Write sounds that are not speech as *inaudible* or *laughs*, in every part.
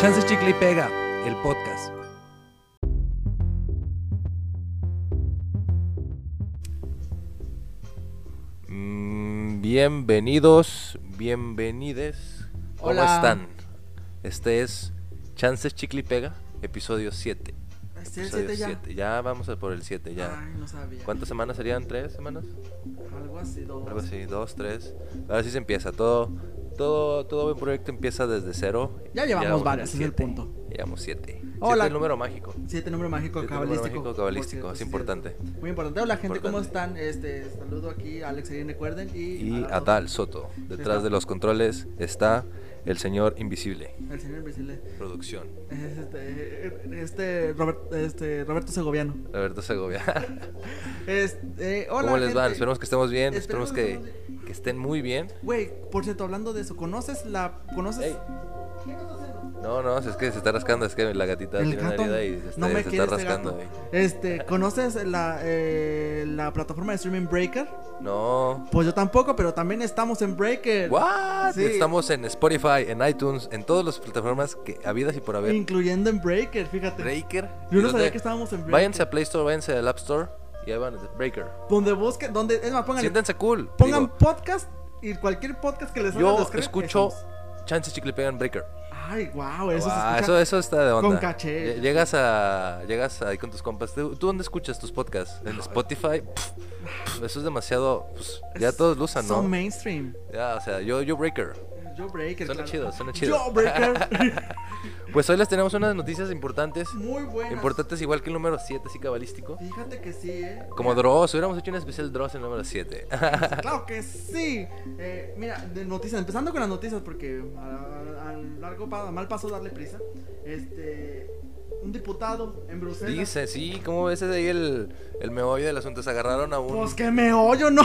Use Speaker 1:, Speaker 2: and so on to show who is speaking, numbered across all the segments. Speaker 1: Chance Chicle y Pega, el podcast.
Speaker 2: Mm, Bienvenidos, bienvenides. ¿Cómo
Speaker 3: Hola.
Speaker 2: están? Este es Chances Chicle y Pega, episodio 7.
Speaker 3: Este es el
Speaker 2: Episodio
Speaker 3: 7 ya. Ah.
Speaker 2: siete. Ya vamos a por el 7, ya.
Speaker 3: Ay, no sabía.
Speaker 2: ¿Cuántas semanas serían? ¿Tres semanas?
Speaker 3: Algo así, dos.
Speaker 2: Algo así, dos, tres. Ahora sí se empieza. Todo, todo, todo buen proyecto empieza desde cero.
Speaker 3: Ya llevamos varias,
Speaker 2: en
Speaker 3: ese es el
Speaker 2: siete.
Speaker 3: punto.
Speaker 2: Llevamos siete.
Speaker 3: Hola.
Speaker 2: Siete el número mágico.
Speaker 3: Siete número mágico
Speaker 2: Siete, número
Speaker 3: cabalístico.
Speaker 2: mágico,
Speaker 3: por
Speaker 2: cabalístico,
Speaker 3: cierto,
Speaker 2: es
Speaker 3: sí,
Speaker 2: importante.
Speaker 3: cierto. Muy importante. Hola gente, ¿cómo están?
Speaker 2: Importante.
Speaker 3: Este, saludo aquí, Alex Aguirre, recuerden. Y,
Speaker 2: Y
Speaker 3: a
Speaker 2: Adal Soto. Detrás de los controles está el señor invisible.
Speaker 3: El señor invisible.
Speaker 2: Producción.
Speaker 3: Es Este, este, Robert- este, Roberto Segoviano.
Speaker 2: Roberto Segovia. *laughs*
Speaker 3: Este, hola.
Speaker 2: ¿Cómo les van?
Speaker 3: gente.
Speaker 2: Esperemos que estemos bien, esperemos,
Speaker 3: Esperemos que
Speaker 2: que,
Speaker 3: estemos
Speaker 2: que estén muy bien.
Speaker 3: Güey, por cierto, hablando de eso, ¿conoces la. ¿Conoces?
Speaker 2: Ey. No, no, es que se está rascando, es que la gatita
Speaker 3: El
Speaker 2: tiene una
Speaker 3: gato
Speaker 2: herida y se está,
Speaker 3: no me
Speaker 2: se
Speaker 3: quiere
Speaker 2: está
Speaker 3: este
Speaker 2: rascando.
Speaker 3: gato.
Speaker 2: güey.
Speaker 3: Este, ¿conoces la, eh, la plataforma de streaming Breaker?
Speaker 2: No.
Speaker 3: Pues yo tampoco, pero también estamos en Breaker.
Speaker 2: ¿What?
Speaker 3: Sí.
Speaker 2: Estamos en Spotify, en iTunes, en todas las plataformas que habidas y por haber.
Speaker 3: Incluyendo en Breaker, fíjate.
Speaker 2: Breaker.
Speaker 3: Yo no
Speaker 2: ¿Y
Speaker 3: sabía
Speaker 2: dónde?
Speaker 3: que estábamos en Breaker.
Speaker 2: Váyanse a Play Store, váyanse al App Store y ahí van Breaker.
Speaker 3: Donde busquen, donde. Es más, pongan,
Speaker 2: Siéntense cool.
Speaker 3: pongan
Speaker 2: Digo,
Speaker 3: podcast y cualquier podcast que les haga
Speaker 2: yo
Speaker 3: descarga,
Speaker 2: escucho
Speaker 3: estamos.
Speaker 2: Chance Chicle Pegan Breaker.
Speaker 3: Ay, wow, eso
Speaker 2: Guau,
Speaker 3: se escucha.
Speaker 2: Ah, eso, eso está de onda.
Speaker 3: con caché.
Speaker 2: Lle- Llegas a. Llegas ahí con tus compas. ¿Tú, tú dónde escuchas tus podcasts? ¿En Spotify? Pff, pff, eso es demasiado. pues, ya
Speaker 3: Es-
Speaker 2: todos lo usan,
Speaker 3: Son
Speaker 2: ¿no?
Speaker 3: mainstream.
Speaker 2: Ya, o sea, yo, yo breaker.
Speaker 3: Yo Breaker.
Speaker 2: Suena
Speaker 3: claro.
Speaker 2: chido, suena chido. *laughs*
Speaker 3: Yo Breaker. *laughs*
Speaker 2: Pues hoy les tenemos unas noticias importantes.
Speaker 3: Muy buenas.
Speaker 2: Importantes igual que el número 7, así cabalístico.
Speaker 3: Fíjate que sí, eh.
Speaker 2: Como Dross, hubiéramos hecho un especial Dross en el número 7.
Speaker 3: *laughs* Claro que sí. Eh, mira, de noticias, empezando con las noticias, porque a, a- a largo pa- mal paso darle prisa. Este, un diputado
Speaker 2: *laughs*
Speaker 3: en Bruselas.
Speaker 2: Dice, sí, ¿cómo ves ese ahí el, el meollo del asunto? Se agarraron a un.
Speaker 3: Pues que me oyo,
Speaker 2: *laughs*
Speaker 3: ¿no?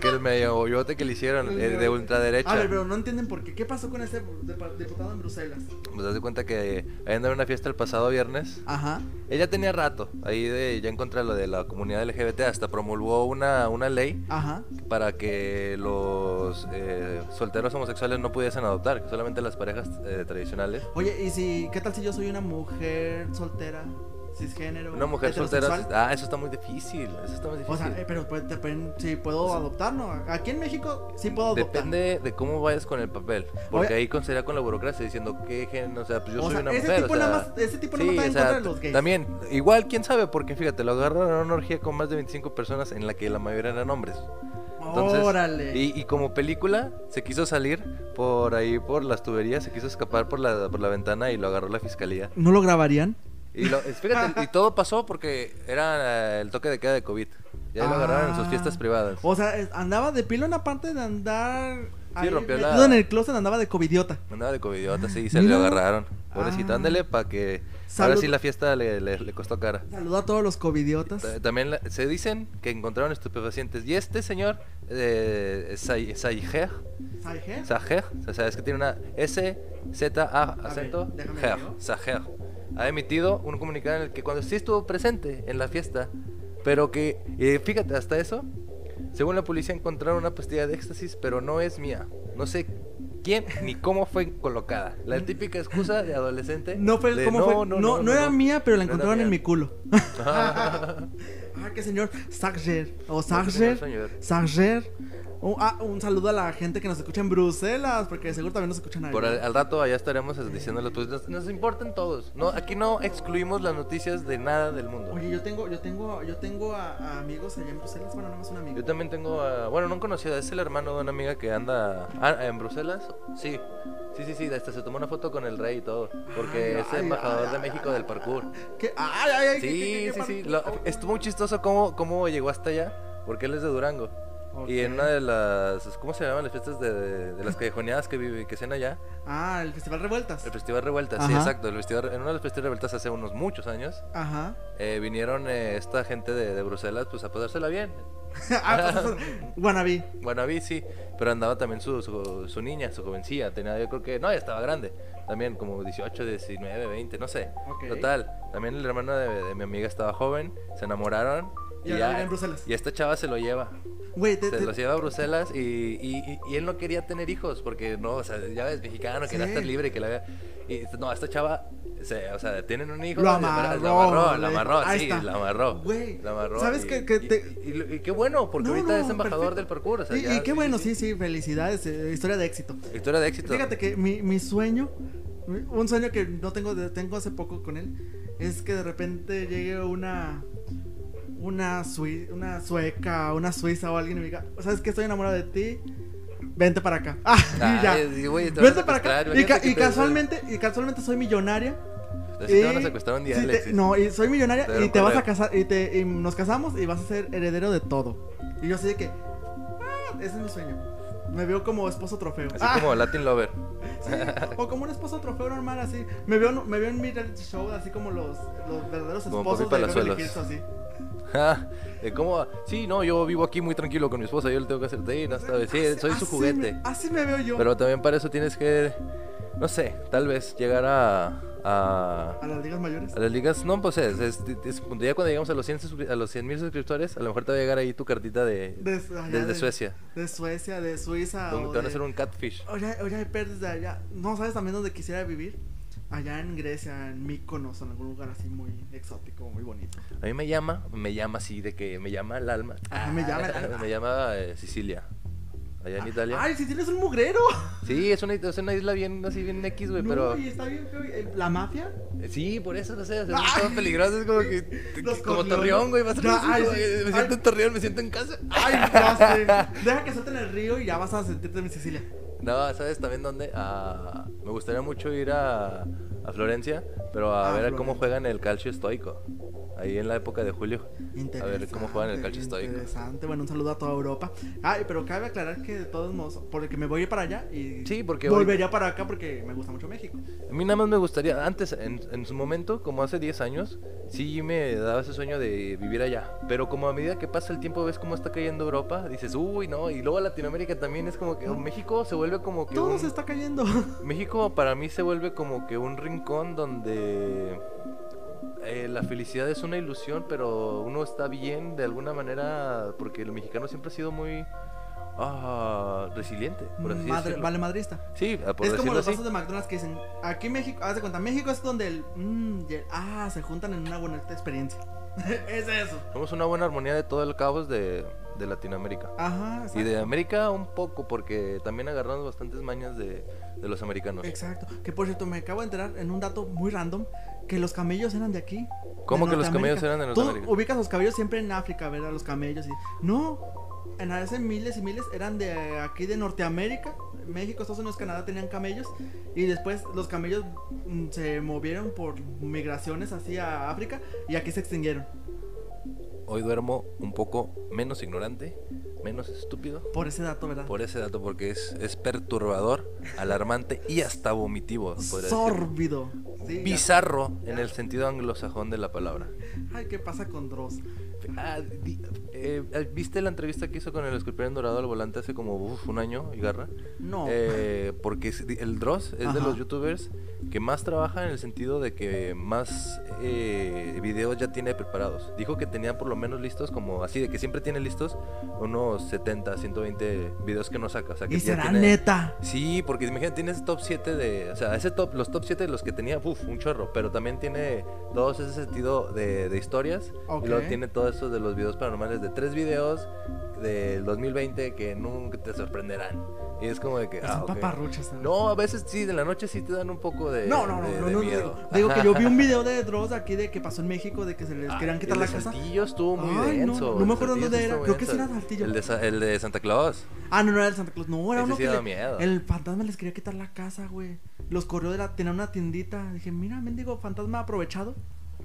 Speaker 2: que el meollote que le hicieron,
Speaker 3: Pues El
Speaker 2: el de
Speaker 3: meollo.
Speaker 2: ultraderecha.
Speaker 3: A ver, pero no entienden por qué. ¿Qué pasó con ese dep- diputado en Bruselas?
Speaker 2: Pues das de cuenta que ahí andaba en una fiesta el pasado viernes.
Speaker 3: Ajá.
Speaker 2: Ella tenía rato ahí de ya en contra de lo de la comunidad LGBT, hasta promulgó una, una ley
Speaker 3: Ajá.
Speaker 2: para que los eh, solteros homosexuales no pudiesen adoptar, que solamente las parejas eh, tradicionales.
Speaker 3: Oye, ¿y si qué tal si yo soy una mujer soltera, cisgénero?
Speaker 2: Una mujer soltera,
Speaker 3: heterosexual?
Speaker 2: ah, eso está muy difícil, eso está muy
Speaker 3: O
Speaker 2: difícil.
Speaker 3: sea, eh, pero pues, depen- si puedo adoptar, ¿no? Aquí en México sí puedo adoptar.
Speaker 2: Depende de cómo vayas con el papel, porque
Speaker 3: Oye.
Speaker 2: ahí considera con la burocracia diciendo que gen, o sea, pues yo
Speaker 3: O
Speaker 2: soy
Speaker 3: sea,
Speaker 2: una
Speaker 3: ese
Speaker 2: mujer,
Speaker 3: tipo
Speaker 2: o sea,
Speaker 3: nada más- ese tipo nada
Speaker 2: sí,
Speaker 3: más está en
Speaker 2: o sea,
Speaker 3: contra de los gays.
Speaker 2: También, igual quién sabe, porque fíjate, lo agarraron en una orgía con más de 25 personas en la que la mayoría eran hombres. Entonces,
Speaker 3: Órale.
Speaker 2: Y, y como película, se quiso salir por ahí, por las tuberías, se quiso escapar por la, por la ventana y lo agarró la fiscalía.
Speaker 3: ¿No lo grabarían?
Speaker 2: Y, lo- fíjate, y todo pasó porque era eh, el toque de queda de COVID. Y ahí lo agarraron en sus
Speaker 3: Ah.
Speaker 2: fiestas privadas.
Speaker 3: O sea, es- andaba de pilo en la parte de andar. ahí
Speaker 2: rompió
Speaker 3: metido
Speaker 2: la-
Speaker 3: en el closet andaba de covidiota.
Speaker 2: Andaba de covidiota, sí, se
Speaker 3: Mira.
Speaker 2: lo agarraron. Pobrecito,
Speaker 3: Ah.
Speaker 2: ándale para que...
Speaker 3: Salud.
Speaker 2: Ahora sí la fiesta le, le- le costó cara.
Speaker 3: Saludo a todos los covidiotas.
Speaker 2: Ta- También la- se dicen que encontraron estupefacientes. Y este señor, eh, Sai- Saijer,
Speaker 3: ¿Sabe qué?
Speaker 2: Sajer, o sea, es que tiene una S, Z, A, acento,
Speaker 3: ver, déjame
Speaker 2: Jer,
Speaker 3: leo.
Speaker 2: Sajer. Ha emitido un comunicado en el que cuando sí estuvo presente en la fiesta, pero que, eh, fíjate, hasta eso, según la policía encontraron una pastilla de éxtasis, pero no es mía. No sé quién ni cómo fue colocada. La típica excusa de adolescente.
Speaker 3: Mm. No fue,
Speaker 2: de,
Speaker 3: ¿cómo fue? No, no era mía, pero
Speaker 2: no
Speaker 3: la
Speaker 2: era
Speaker 3: encontraron en
Speaker 2: mía". *laughs*
Speaker 3: mi culo. ah, qué señor. Sagger. O Sagger.
Speaker 2: señor.
Speaker 3: Sagger. Un- ah, un saludo a la gente que nos escucha en Bruselas, porque seguro también nos escuchan ahí.
Speaker 2: Por al, al rato allá estaremos diciéndoles, pues nos, nos importan todos. No, aquí no excluimos las noticias de nada del mundo.
Speaker 3: Oye, yo tengo, yo tengo, yo tengo a, a amigos allá en Bruselas. Bueno, no más un amigo.
Speaker 2: Yo también tengo a... Bueno, no un conocido, es el hermano de una amiga que anda... ah, ¿En Bruselas? Sí. Sí, sí, sí, hasta se tomó una foto con el rey y todo. Porque
Speaker 3: Ay,
Speaker 2: es
Speaker 3: ay,
Speaker 2: embajador
Speaker 3: ay,
Speaker 2: de
Speaker 3: ay,
Speaker 2: México del parkour.
Speaker 3: ¿Qué? Ay, ay, ay, qué-
Speaker 2: Sí,
Speaker 3: qué- qué-
Speaker 2: sí,
Speaker 3: qué
Speaker 2: sí.
Speaker 3: par-
Speaker 2: lo- estuvo muy chistoso cómo, cómo llegó hasta allá, porque él es de Durango. Y en
Speaker 3: Ok.
Speaker 2: una de las... ¿Cómo se llaman las fiestas de, de las callejoneadas que, vive, que hacen allá?
Speaker 3: Ah, el Festival Revueltas.
Speaker 2: El Festival Revueltas, sí,
Speaker 3: Ajá.
Speaker 2: exacto. El festival, en uno de los festivales Revueltas hace unos muchos años,
Speaker 3: Ajá. *laughs*
Speaker 2: eh, vinieron eh, esta gente de, de Bruselas pues a pasársela bien.
Speaker 3: ah, pues, eso-
Speaker 2: *laughs*
Speaker 3: Wannabe.
Speaker 2: Guanabí sí, pero andaba también su, su, su niña, su jovencilla, tenía yo creo que, no, ya estaba grande, también como 18, 19, 20, no sé.
Speaker 3: Ok.
Speaker 2: Total, también el hermano de, de mi amiga estaba joven, se enamoraron
Speaker 3: Y ahora en Bruselas.
Speaker 2: Y esta chava se lo lleva.
Speaker 3: Güey, te,
Speaker 2: Se
Speaker 3: te-
Speaker 2: los lleva a Bruselas y, y- y- y él no quería tener hijos porque no, o sea, ya ves, mexicano, quería
Speaker 3: Sí.
Speaker 2: estar libre, que la vea. Y esta- no, esta chava, se- o sea, tienen un hijo. y
Speaker 3: Lo
Speaker 2: apenas la
Speaker 3: amarró, güey.
Speaker 2: amarró,
Speaker 3: Ahí
Speaker 2: sí,
Speaker 3: está.
Speaker 2: la amarró.
Speaker 3: Güey,
Speaker 2: la amarró.
Speaker 3: ¿sabes
Speaker 2: y-
Speaker 3: qué- qué
Speaker 2: y-
Speaker 3: te-
Speaker 2: Y, y- y qué bueno, porque
Speaker 3: No,
Speaker 2: ahorita
Speaker 3: no,
Speaker 2: es embajador
Speaker 3: perfecto.
Speaker 2: del parkour. o sea,
Speaker 3: y,
Speaker 2: ya,
Speaker 3: y qué bueno, sí, sí, felicidades, eh, historia de éxito.
Speaker 2: Historia de éxito.
Speaker 3: Fíjate que mi, mi sueño, un sueño que no tengo, de- tengo hace poco con él, es que de repente llegue una una, sui- una sueca, una suiza o alguien y me diga, ¿sabes que Estoy enamorada de ti, vente para acá. *laughs* Ah,
Speaker 2: Ah,
Speaker 3: y ya.
Speaker 2: y, güey, te van a
Speaker 3: Vente para acá.
Speaker 2: secuestrar,
Speaker 3: Y, ca-
Speaker 2: imagínate que
Speaker 3: y
Speaker 2: te-
Speaker 3: casualmente, y casualmente soy millonaria.
Speaker 2: Así te van
Speaker 3: y-
Speaker 2: a secuestrar un día,
Speaker 3: sí, te-
Speaker 2: Alexis.
Speaker 3: no, y soy millonaria
Speaker 2: Te van a
Speaker 3: y te vas a
Speaker 2: correr.
Speaker 3: casar y, te, y nos casamos y vas a ser heredero de todo. Y yo así de que, ah, ese es mi sueño. Me veo como esposo trofeo.
Speaker 2: Así
Speaker 3: Ah.
Speaker 2: como Latin Lover. *laughs*
Speaker 3: Sí, o como un esposo trofeo normal, así. Me veo, me veo en mi reality show, así como los, los verdaderos
Speaker 2: Como
Speaker 3: esposos
Speaker 2: Poppy
Speaker 3: de Beverly
Speaker 2: Palazuelos.
Speaker 3: Hills, así.
Speaker 2: Ah, eh, ¿Cómo? Sí, no, yo vivo aquí muy tranquilo con mi esposa, yo le tengo que hacer té, no sabes, sí,
Speaker 3: Así-
Speaker 2: soy su
Speaker 3: así
Speaker 2: juguete.
Speaker 3: me- así me veo yo.
Speaker 2: Pero también para eso tienes que, no sé, tal vez llegar a... a...
Speaker 3: A las ligas mayores.
Speaker 2: a las ligas, no, pues es, es, es- ya cuando llegamos a los 100 suscri- a los 100.000 suscriptores, a lo mejor te va a llegar ahí tu cartita de,
Speaker 3: De- allá
Speaker 2: desde
Speaker 3: de- Ah,
Speaker 2: Suecia,
Speaker 3: De Suecia, de Suiza.
Speaker 2: donde
Speaker 3: o
Speaker 2: te van a
Speaker 3: de-
Speaker 2: hacer un catfish.
Speaker 3: Oye, oye, hay perros de allá. No sabes también dónde quisiera vivir. Allá en Grecia, en Mykonos, en algún lugar así muy exótico, muy bonito.
Speaker 2: A mí me llama, me llama así, de que me llama el alma.
Speaker 3: Ah, me llama el
Speaker 2: *laughs*
Speaker 3: alma. Ah,
Speaker 2: Me llama eh, Sicilia, allá en Italia.
Speaker 3: Ay, si tienes un mugrero.
Speaker 2: Sí, es una, es una isla bien, así bien X, güey,
Speaker 3: No,
Speaker 2: pero...
Speaker 3: y está bien feo. Eh, La mafia.
Speaker 2: Sí, por eso, no sé, o sea,
Speaker 3: Ay.
Speaker 2: es todo peligroso, es como que,
Speaker 3: Los
Speaker 2: como
Speaker 3: corleones.
Speaker 2: Torreón, güey, vas a
Speaker 3: Ya, ay,
Speaker 2: ay,
Speaker 3: sí,
Speaker 2: me
Speaker 3: ay.
Speaker 2: siento en Torreón, me siento en casa.
Speaker 3: Ay,
Speaker 2: *laughs*
Speaker 3: no sé. Deja que suelten el río y ya vas a sentirte en Sicilia.
Speaker 2: No, ¿sabes también dónde? Ah, me gustaría mucho ir a, a Florencia, pero a
Speaker 3: Ah,
Speaker 2: ver
Speaker 3: Florencia.
Speaker 2: cómo juegan el calcio estoico. Ahí en la época de julio. A ver cómo juegan el calcio
Speaker 3: Interesante,
Speaker 2: estoico.
Speaker 3: Interesante, bueno, un saludo a toda Europa. Ay, pero cabe aclarar que de todos modos, porque me voy a ir para allá y
Speaker 2: Sí, porque hoy-
Speaker 3: volvería para acá porque me gusta mucho México.
Speaker 2: A mí nada más me gustaría, antes, en, en su momento, como hace 10 años, sí me daba ese sueño de vivir allá. Pero como a medida que pasa el tiempo ves cómo está cayendo Europa, dices, uy, no. Y luego Latinoamérica también es como que oh, México se vuelve como que.
Speaker 3: Todo
Speaker 2: un-
Speaker 3: se está cayendo.
Speaker 2: México para mí se vuelve como que un rincón donde eh, la felicidad es una ilusión, pero uno está bien de alguna manera, porque el mexicano siempre ha sido muy ah, resiliente, por así
Speaker 3: Madre-
Speaker 2: decirlo.
Speaker 3: vale madrista.
Speaker 2: Sí, ah, por
Speaker 3: es
Speaker 2: decirlo
Speaker 3: como los
Speaker 2: así.
Speaker 3: vasos de McDonald's que dicen, aquí México, haz de cuenta, México es donde el mm, y el ah, se juntan en una bonita experiencia. *laughs* es eso.
Speaker 2: Somos una buena armonía de todo el caos de, de Latinoamérica.
Speaker 3: Ajá,
Speaker 2: Y
Speaker 3: exacto.
Speaker 2: de América un poco, porque también agarramos bastantes mañas de, de los americanos.
Speaker 3: Exacto. Que por cierto, me acabo de enterar en un dato muy random que los camellos eran de aquí.
Speaker 2: ¿Cómo
Speaker 3: de
Speaker 2: que los
Speaker 3: Norteamérica.
Speaker 2: camellos eran de
Speaker 3: Tú
Speaker 2: Norteamérica?
Speaker 3: ubicas los cabellos siempre en África, ¿verdad? Los camellos y... No, en hace miles y miles eran de aquí de Norteamérica. México, Estados Unidos, Canadá tenían camellos. Y después los camellos mm, se movieron por migraciones hacia África y aquí se extinguieron.
Speaker 2: Hoy duermo un poco menos ignorante, menos estúpido.
Speaker 3: Por ese dato, ¿verdad?
Speaker 2: por ese dato porque es, es perturbador, alarmante y hasta vomitivo. podría decir.
Speaker 3: Sórbido. Sí, ya.
Speaker 2: Bizarro en el sentido anglosajón de la palabra.
Speaker 3: Ay, ¿qué pasa con Dross?
Speaker 2: Ah, di- eh, ¿Viste la entrevista que hizo con el escorpión dorado al volante hace como uf, un año y garra?
Speaker 3: No.
Speaker 2: Eh, porque es- el Dross es
Speaker 3: Ajá.
Speaker 2: de los youtubers que más trabaja en el sentido de que más eh, videos ya tiene preparados. Dijo que tenía por lo menos listos, como así, de que siempre tiene listos unos 70, 120 videos que no saca. O sea, que
Speaker 3: y
Speaker 2: ya
Speaker 3: será
Speaker 2: tiene-
Speaker 3: neta.
Speaker 2: Sí, porque imagínate, tienes top 7 de. O sea, ese top, los top 7 de los que tenía, uff, un chorro. Pero también tiene todo ese sentido de, de historias.
Speaker 3: Ok.
Speaker 2: Y luego tiene todo eso de los videos paranormales de tres videos del 2020 que nunca te sorprenderán. Y es como de que.
Speaker 3: Son
Speaker 2: ah, ok.
Speaker 3: paparruchas. ¿sabes?
Speaker 2: No, a veces sí, de la noche sí te dan un poco de.
Speaker 3: No, no, no,
Speaker 2: de-
Speaker 3: no,
Speaker 2: de
Speaker 3: no, no,
Speaker 2: miedo.
Speaker 3: digo, digo que yo
Speaker 2: *laughs*
Speaker 3: vi un video de Dross aquí de que pasó en México, de que se les
Speaker 2: Ah,
Speaker 3: querían quitar
Speaker 2: el
Speaker 3: la
Speaker 2: de
Speaker 3: casa.
Speaker 2: Saltillo estuvo muy
Speaker 3: Ay, no,
Speaker 2: denso.
Speaker 3: no me
Speaker 2: el de
Speaker 3: acuerdo
Speaker 2: Saltillo
Speaker 3: dónde
Speaker 2: sí
Speaker 3: era,
Speaker 2: estuvo
Speaker 3: creo que sí
Speaker 2: denso.
Speaker 3: era Saltillo.
Speaker 2: El de, Sa- el de Santa Claus.
Speaker 3: Ah, no, no era de Santa Claus, no, era
Speaker 2: Ese
Speaker 3: uno
Speaker 2: sí
Speaker 3: que
Speaker 2: daba
Speaker 3: le-
Speaker 2: miedo.
Speaker 3: el fantasma les quería quitar la casa, güey. Los corrió de la, tenía una tiendita. Dije, mira, mendigo, fantasma aprovechado.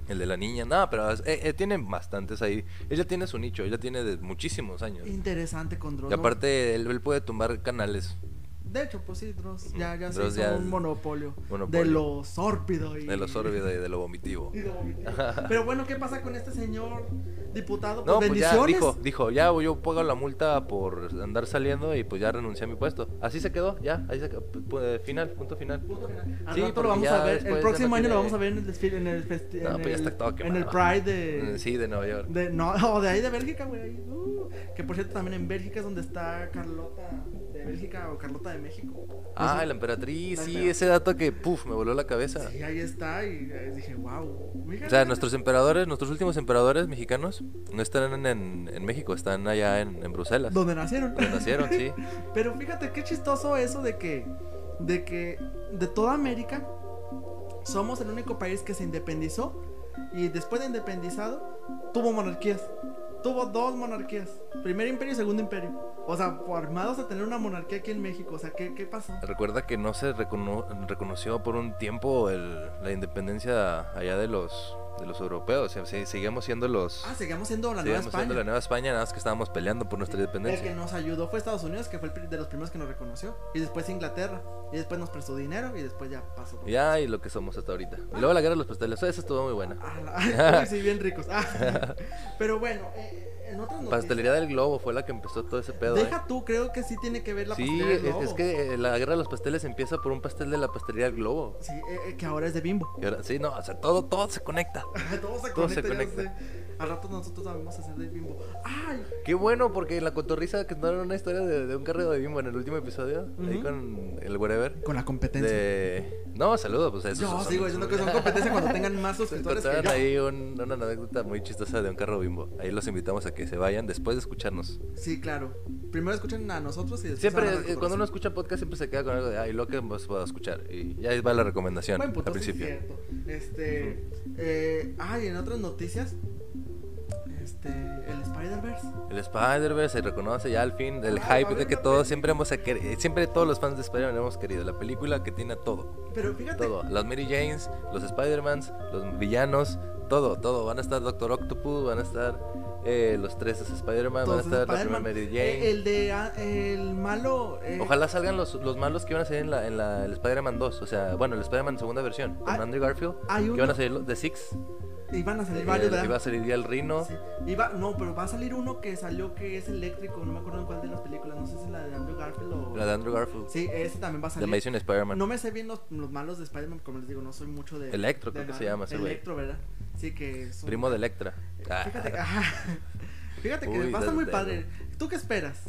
Speaker 2: El de la niña, no, pero es- eh, eh, tiene bastantes ahí. Ella tiene su nicho, ella tiene de muchísimos años.
Speaker 3: Interesante con Dross.
Speaker 2: Y
Speaker 3: ¿no?
Speaker 2: aparte, él, él puede tumbar canales.
Speaker 3: De hecho, pues sí, Dross ya, ya se
Speaker 2: Dross
Speaker 3: hizo
Speaker 2: ya es
Speaker 3: un monopolio,
Speaker 2: monopolio.
Speaker 3: de lo sórpido y
Speaker 2: De lo sórbido y de lo vomitivo.
Speaker 3: *laughs* y lo vomitivo. Pero bueno, ¿qué pasa con este señor diputado?
Speaker 2: No, pues
Speaker 3: bendiciones.
Speaker 2: ya dijo, dijo, ya yo pago la multa por andar saliendo y pues ya renuncié a mi puesto. Así se quedó, ya, ahí se quedó, pu- pu- final, punto final.
Speaker 3: Punto final. Al
Speaker 2: Sí,
Speaker 3: rato
Speaker 2: porque
Speaker 3: lo vamos
Speaker 2: ya
Speaker 3: a ver.
Speaker 2: después
Speaker 3: El
Speaker 2: ya
Speaker 3: próximo
Speaker 2: no
Speaker 3: año lo
Speaker 2: tiene-
Speaker 3: vamos a ver en el desfile, en el, festi-
Speaker 2: No,
Speaker 3: en
Speaker 2: pues ya
Speaker 3: el-
Speaker 2: está todo
Speaker 3: en el
Speaker 2: quemado.
Speaker 3: Pride de...
Speaker 2: Mm, Sí, de Nueva York.
Speaker 3: de- Eh, no, *laughs* no, de ahí de Bélgica, güey. ahí, uh, que por cierto, también en Bélgica es donde está Carlota de Bélgica o Carlota de México.
Speaker 2: Ah,
Speaker 3: Eso-
Speaker 2: la emperatriz,
Speaker 3: La
Speaker 2: sí,
Speaker 3: emperatriz.
Speaker 2: ese dato que, puf, me voló la cabeza.
Speaker 3: Sí, ahí está y eh, dije, wow.
Speaker 2: O sea, nuestros emperadores, nuestros últimos emperadores mexicanos no están en, en México, están allá en, en Bruselas.
Speaker 3: Donde nacieron.
Speaker 2: Donde nacieron, sí.
Speaker 3: *laughs* Pero fíjate qué chistoso eso de que, de que de toda América somos el único país que se independizó y después de independizado tuvo monarquías. Tuvo dos monarquías, primer imperio y segundo imperio. O sea, formados a tener una monarquía aquí en México. O sea, ¿qué, qué pasó?
Speaker 2: Recuerda que no se recono- reconoció por un tiempo el- la independencia allá de los, de los europeos. O sea, seguimos siendo los...
Speaker 3: Ah, seguimos siendo la Nueva
Speaker 2: Seguimos siendo
Speaker 3: España.
Speaker 2: la Nueva España, nada más que estábamos peleando por nuestra
Speaker 3: El que
Speaker 2: independencia.
Speaker 3: nos ayudó fue Estados Unidos, que fue el pri- de los primeros que nos reconoció. Y después Inglaterra. Y después nos prestó dinero y después ya pasó. todo.
Speaker 2: Ya, y lo que somos hasta ahorita. Y luego la guerra de los pasteles, esa estuvo muy buena.
Speaker 3: Ah,
Speaker 2: *laughs*
Speaker 3: la- *laughs* Uy, sí, bien ricos. Ah, pero bueno, eh, en otras noticias.
Speaker 2: Pastelería del Globo fue la que empezó todo ese pedo. ¿eh?
Speaker 3: Deja tú, creo que sí tiene que ver la
Speaker 2: Sí,
Speaker 3: pastelería
Speaker 2: es,
Speaker 3: del
Speaker 2: es
Speaker 3: globo.
Speaker 2: que eh, la guerra de los pasteles empieza por un pastel de la pastelería del Globo.
Speaker 3: Sí, eh, eh, que ahora es
Speaker 2: *laughs*
Speaker 3: de bimbo.
Speaker 2: Y ahora, sí, no, o sea, todo, todo se conecta.
Speaker 3: Todo se conecta.
Speaker 2: Todo se
Speaker 3: ya
Speaker 2: conecta.
Speaker 3: sé. Al rato nosotros vamos a hacer de bimbo. ¡Ay!
Speaker 2: Qué bueno, porque en la cotorriza contaron una historia de, de un carrero de bimbo en el último episodio, ahí
Speaker 3: Ujú.
Speaker 2: con el wherever.
Speaker 3: Con la competencia.
Speaker 2: De... No, saludos, pues eso.
Speaker 3: Yo sigo diciendo que son competencia cuando
Speaker 2: *laughs*
Speaker 3: tengan más suscriptores que
Speaker 2: Contaron
Speaker 3: yo.
Speaker 2: ahí un- una anécdota muy chistosa de un carro bimbo. Ahí los invitamos a que se vayan después de escucharnos.
Speaker 3: Sí, claro. Primero escuchen a nosotros y después.
Speaker 2: Siempre,
Speaker 3: a la
Speaker 2: eh,
Speaker 3: recuperación.
Speaker 2: cuando uno escucha podcast, siempre se queda con algo de, ay, lo que hemos podido escuchar. Y ya ahí va la recomendación
Speaker 3: Buen punto,
Speaker 2: al
Speaker 3: sí,
Speaker 2: principio.
Speaker 3: pues, cierto. Este. eh, ay, en otras noticias. Este. El Spider-Verse.
Speaker 2: El Spider-Verse se reconoce ya al fin del
Speaker 3: Ah,
Speaker 2: hype
Speaker 3: va a
Speaker 2: de que
Speaker 3: haber una
Speaker 2: todos siempre hemos querido, siempre todos los fans de Spider-Man hemos querido. La película que tiene a todo,
Speaker 3: Pero fíjate.
Speaker 2: todo. Las Mary Janes, los Spider-Mans, los villanos, todo, todo. Van a estar Doctor Octopus, van a estar eh, los tres Spider-Man, van a
Speaker 3: todos
Speaker 2: estar la primera
Speaker 3: Spider-Man.
Speaker 2: Mary Jane.
Speaker 3: Eh, el de. ah, el malo. eh,
Speaker 2: Ojalá salgan los, los malos que iban a salir en la, en la el Spider-Man 2, o sea, bueno, el Spider-Man segunda versión, con
Speaker 3: Hay-
Speaker 2: Andrew Garfield,
Speaker 3: Ah, hay
Speaker 2: que
Speaker 3: uno-
Speaker 2: van a salir los de Six,
Speaker 3: Iban a
Speaker 2: eh,
Speaker 3: salir varios,
Speaker 2: iba a
Speaker 3: ¿verdad?
Speaker 2: salir ya el Rino,
Speaker 3: Sí. Iba- no, pero va a salir uno que salió que es eléctrico, no me acuerdo en cuál de las películas, no sé si es la de Andrew Garfield o...
Speaker 2: la de Andrew Garfield,
Speaker 3: Sí, ese también va a
Speaker 2: The
Speaker 3: salir.
Speaker 2: Amazing Spider-Man,
Speaker 3: No me sé bien los, los malos de Spider-Man, como les digo, no soy mucho de...
Speaker 2: Electro, creo
Speaker 3: de
Speaker 2: que se
Speaker 3: Marvel.
Speaker 2: llama ese güey.
Speaker 3: Electro, ¿verdad? Sí, que es un-
Speaker 2: primo de Electra. Ah,
Speaker 3: Fíjate, que- ajá. *laughs* Fíjate que
Speaker 2: Uy,
Speaker 3: va a estar muy
Speaker 2: de- de-
Speaker 3: padre. ¿Tú qué esperas?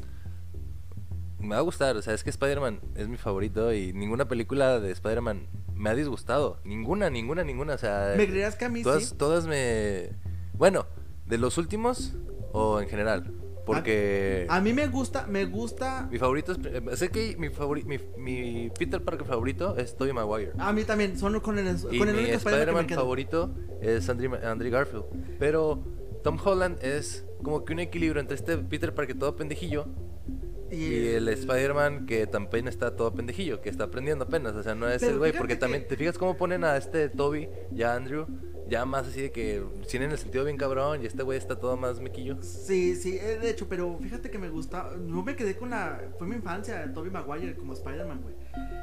Speaker 2: me va a gustar, o sea, es que Spider-Man es mi favorito y ninguna película de Spider-Man me ha disgustado, ninguna, ninguna, ninguna, o sea,
Speaker 3: ¿Me creerás que a mí
Speaker 2: todas,
Speaker 3: sí?
Speaker 2: todas me, bueno, de los últimos o en general, porque...
Speaker 3: A mí me gusta, me gusta...
Speaker 2: Mi favorito es. eh, Sé que mi, favori- mi, mi Peter Parker favorito es Tobey Maguire.
Speaker 3: A mí también, son con el,
Speaker 2: y
Speaker 3: Ah, con el
Speaker 2: mi
Speaker 3: único Spider-Man
Speaker 2: Spider-Man
Speaker 3: que me quedo.
Speaker 2: favorito es Andrew, Andrew Garfield. Pero Tom Holland es como que un equilibrio entre este Peter Parker todo pendejillo y el Spider-Man que también está todo pendejillo, que está aprendiendo apenas. O sea, no es
Speaker 3: Pero
Speaker 2: el güey,
Speaker 3: fíjate
Speaker 2: porque
Speaker 3: que-
Speaker 2: también te fijas cómo ponen a este Toby y a Andrew. Ya más así de que tienen el sentido bien cabrón y este güey está todo más mequillo.
Speaker 3: Sí, sí, eh, de hecho, pero fíjate que me gusta, no me quedé con la, fue mi infancia, Toby Maguire como Spider-Man, güey.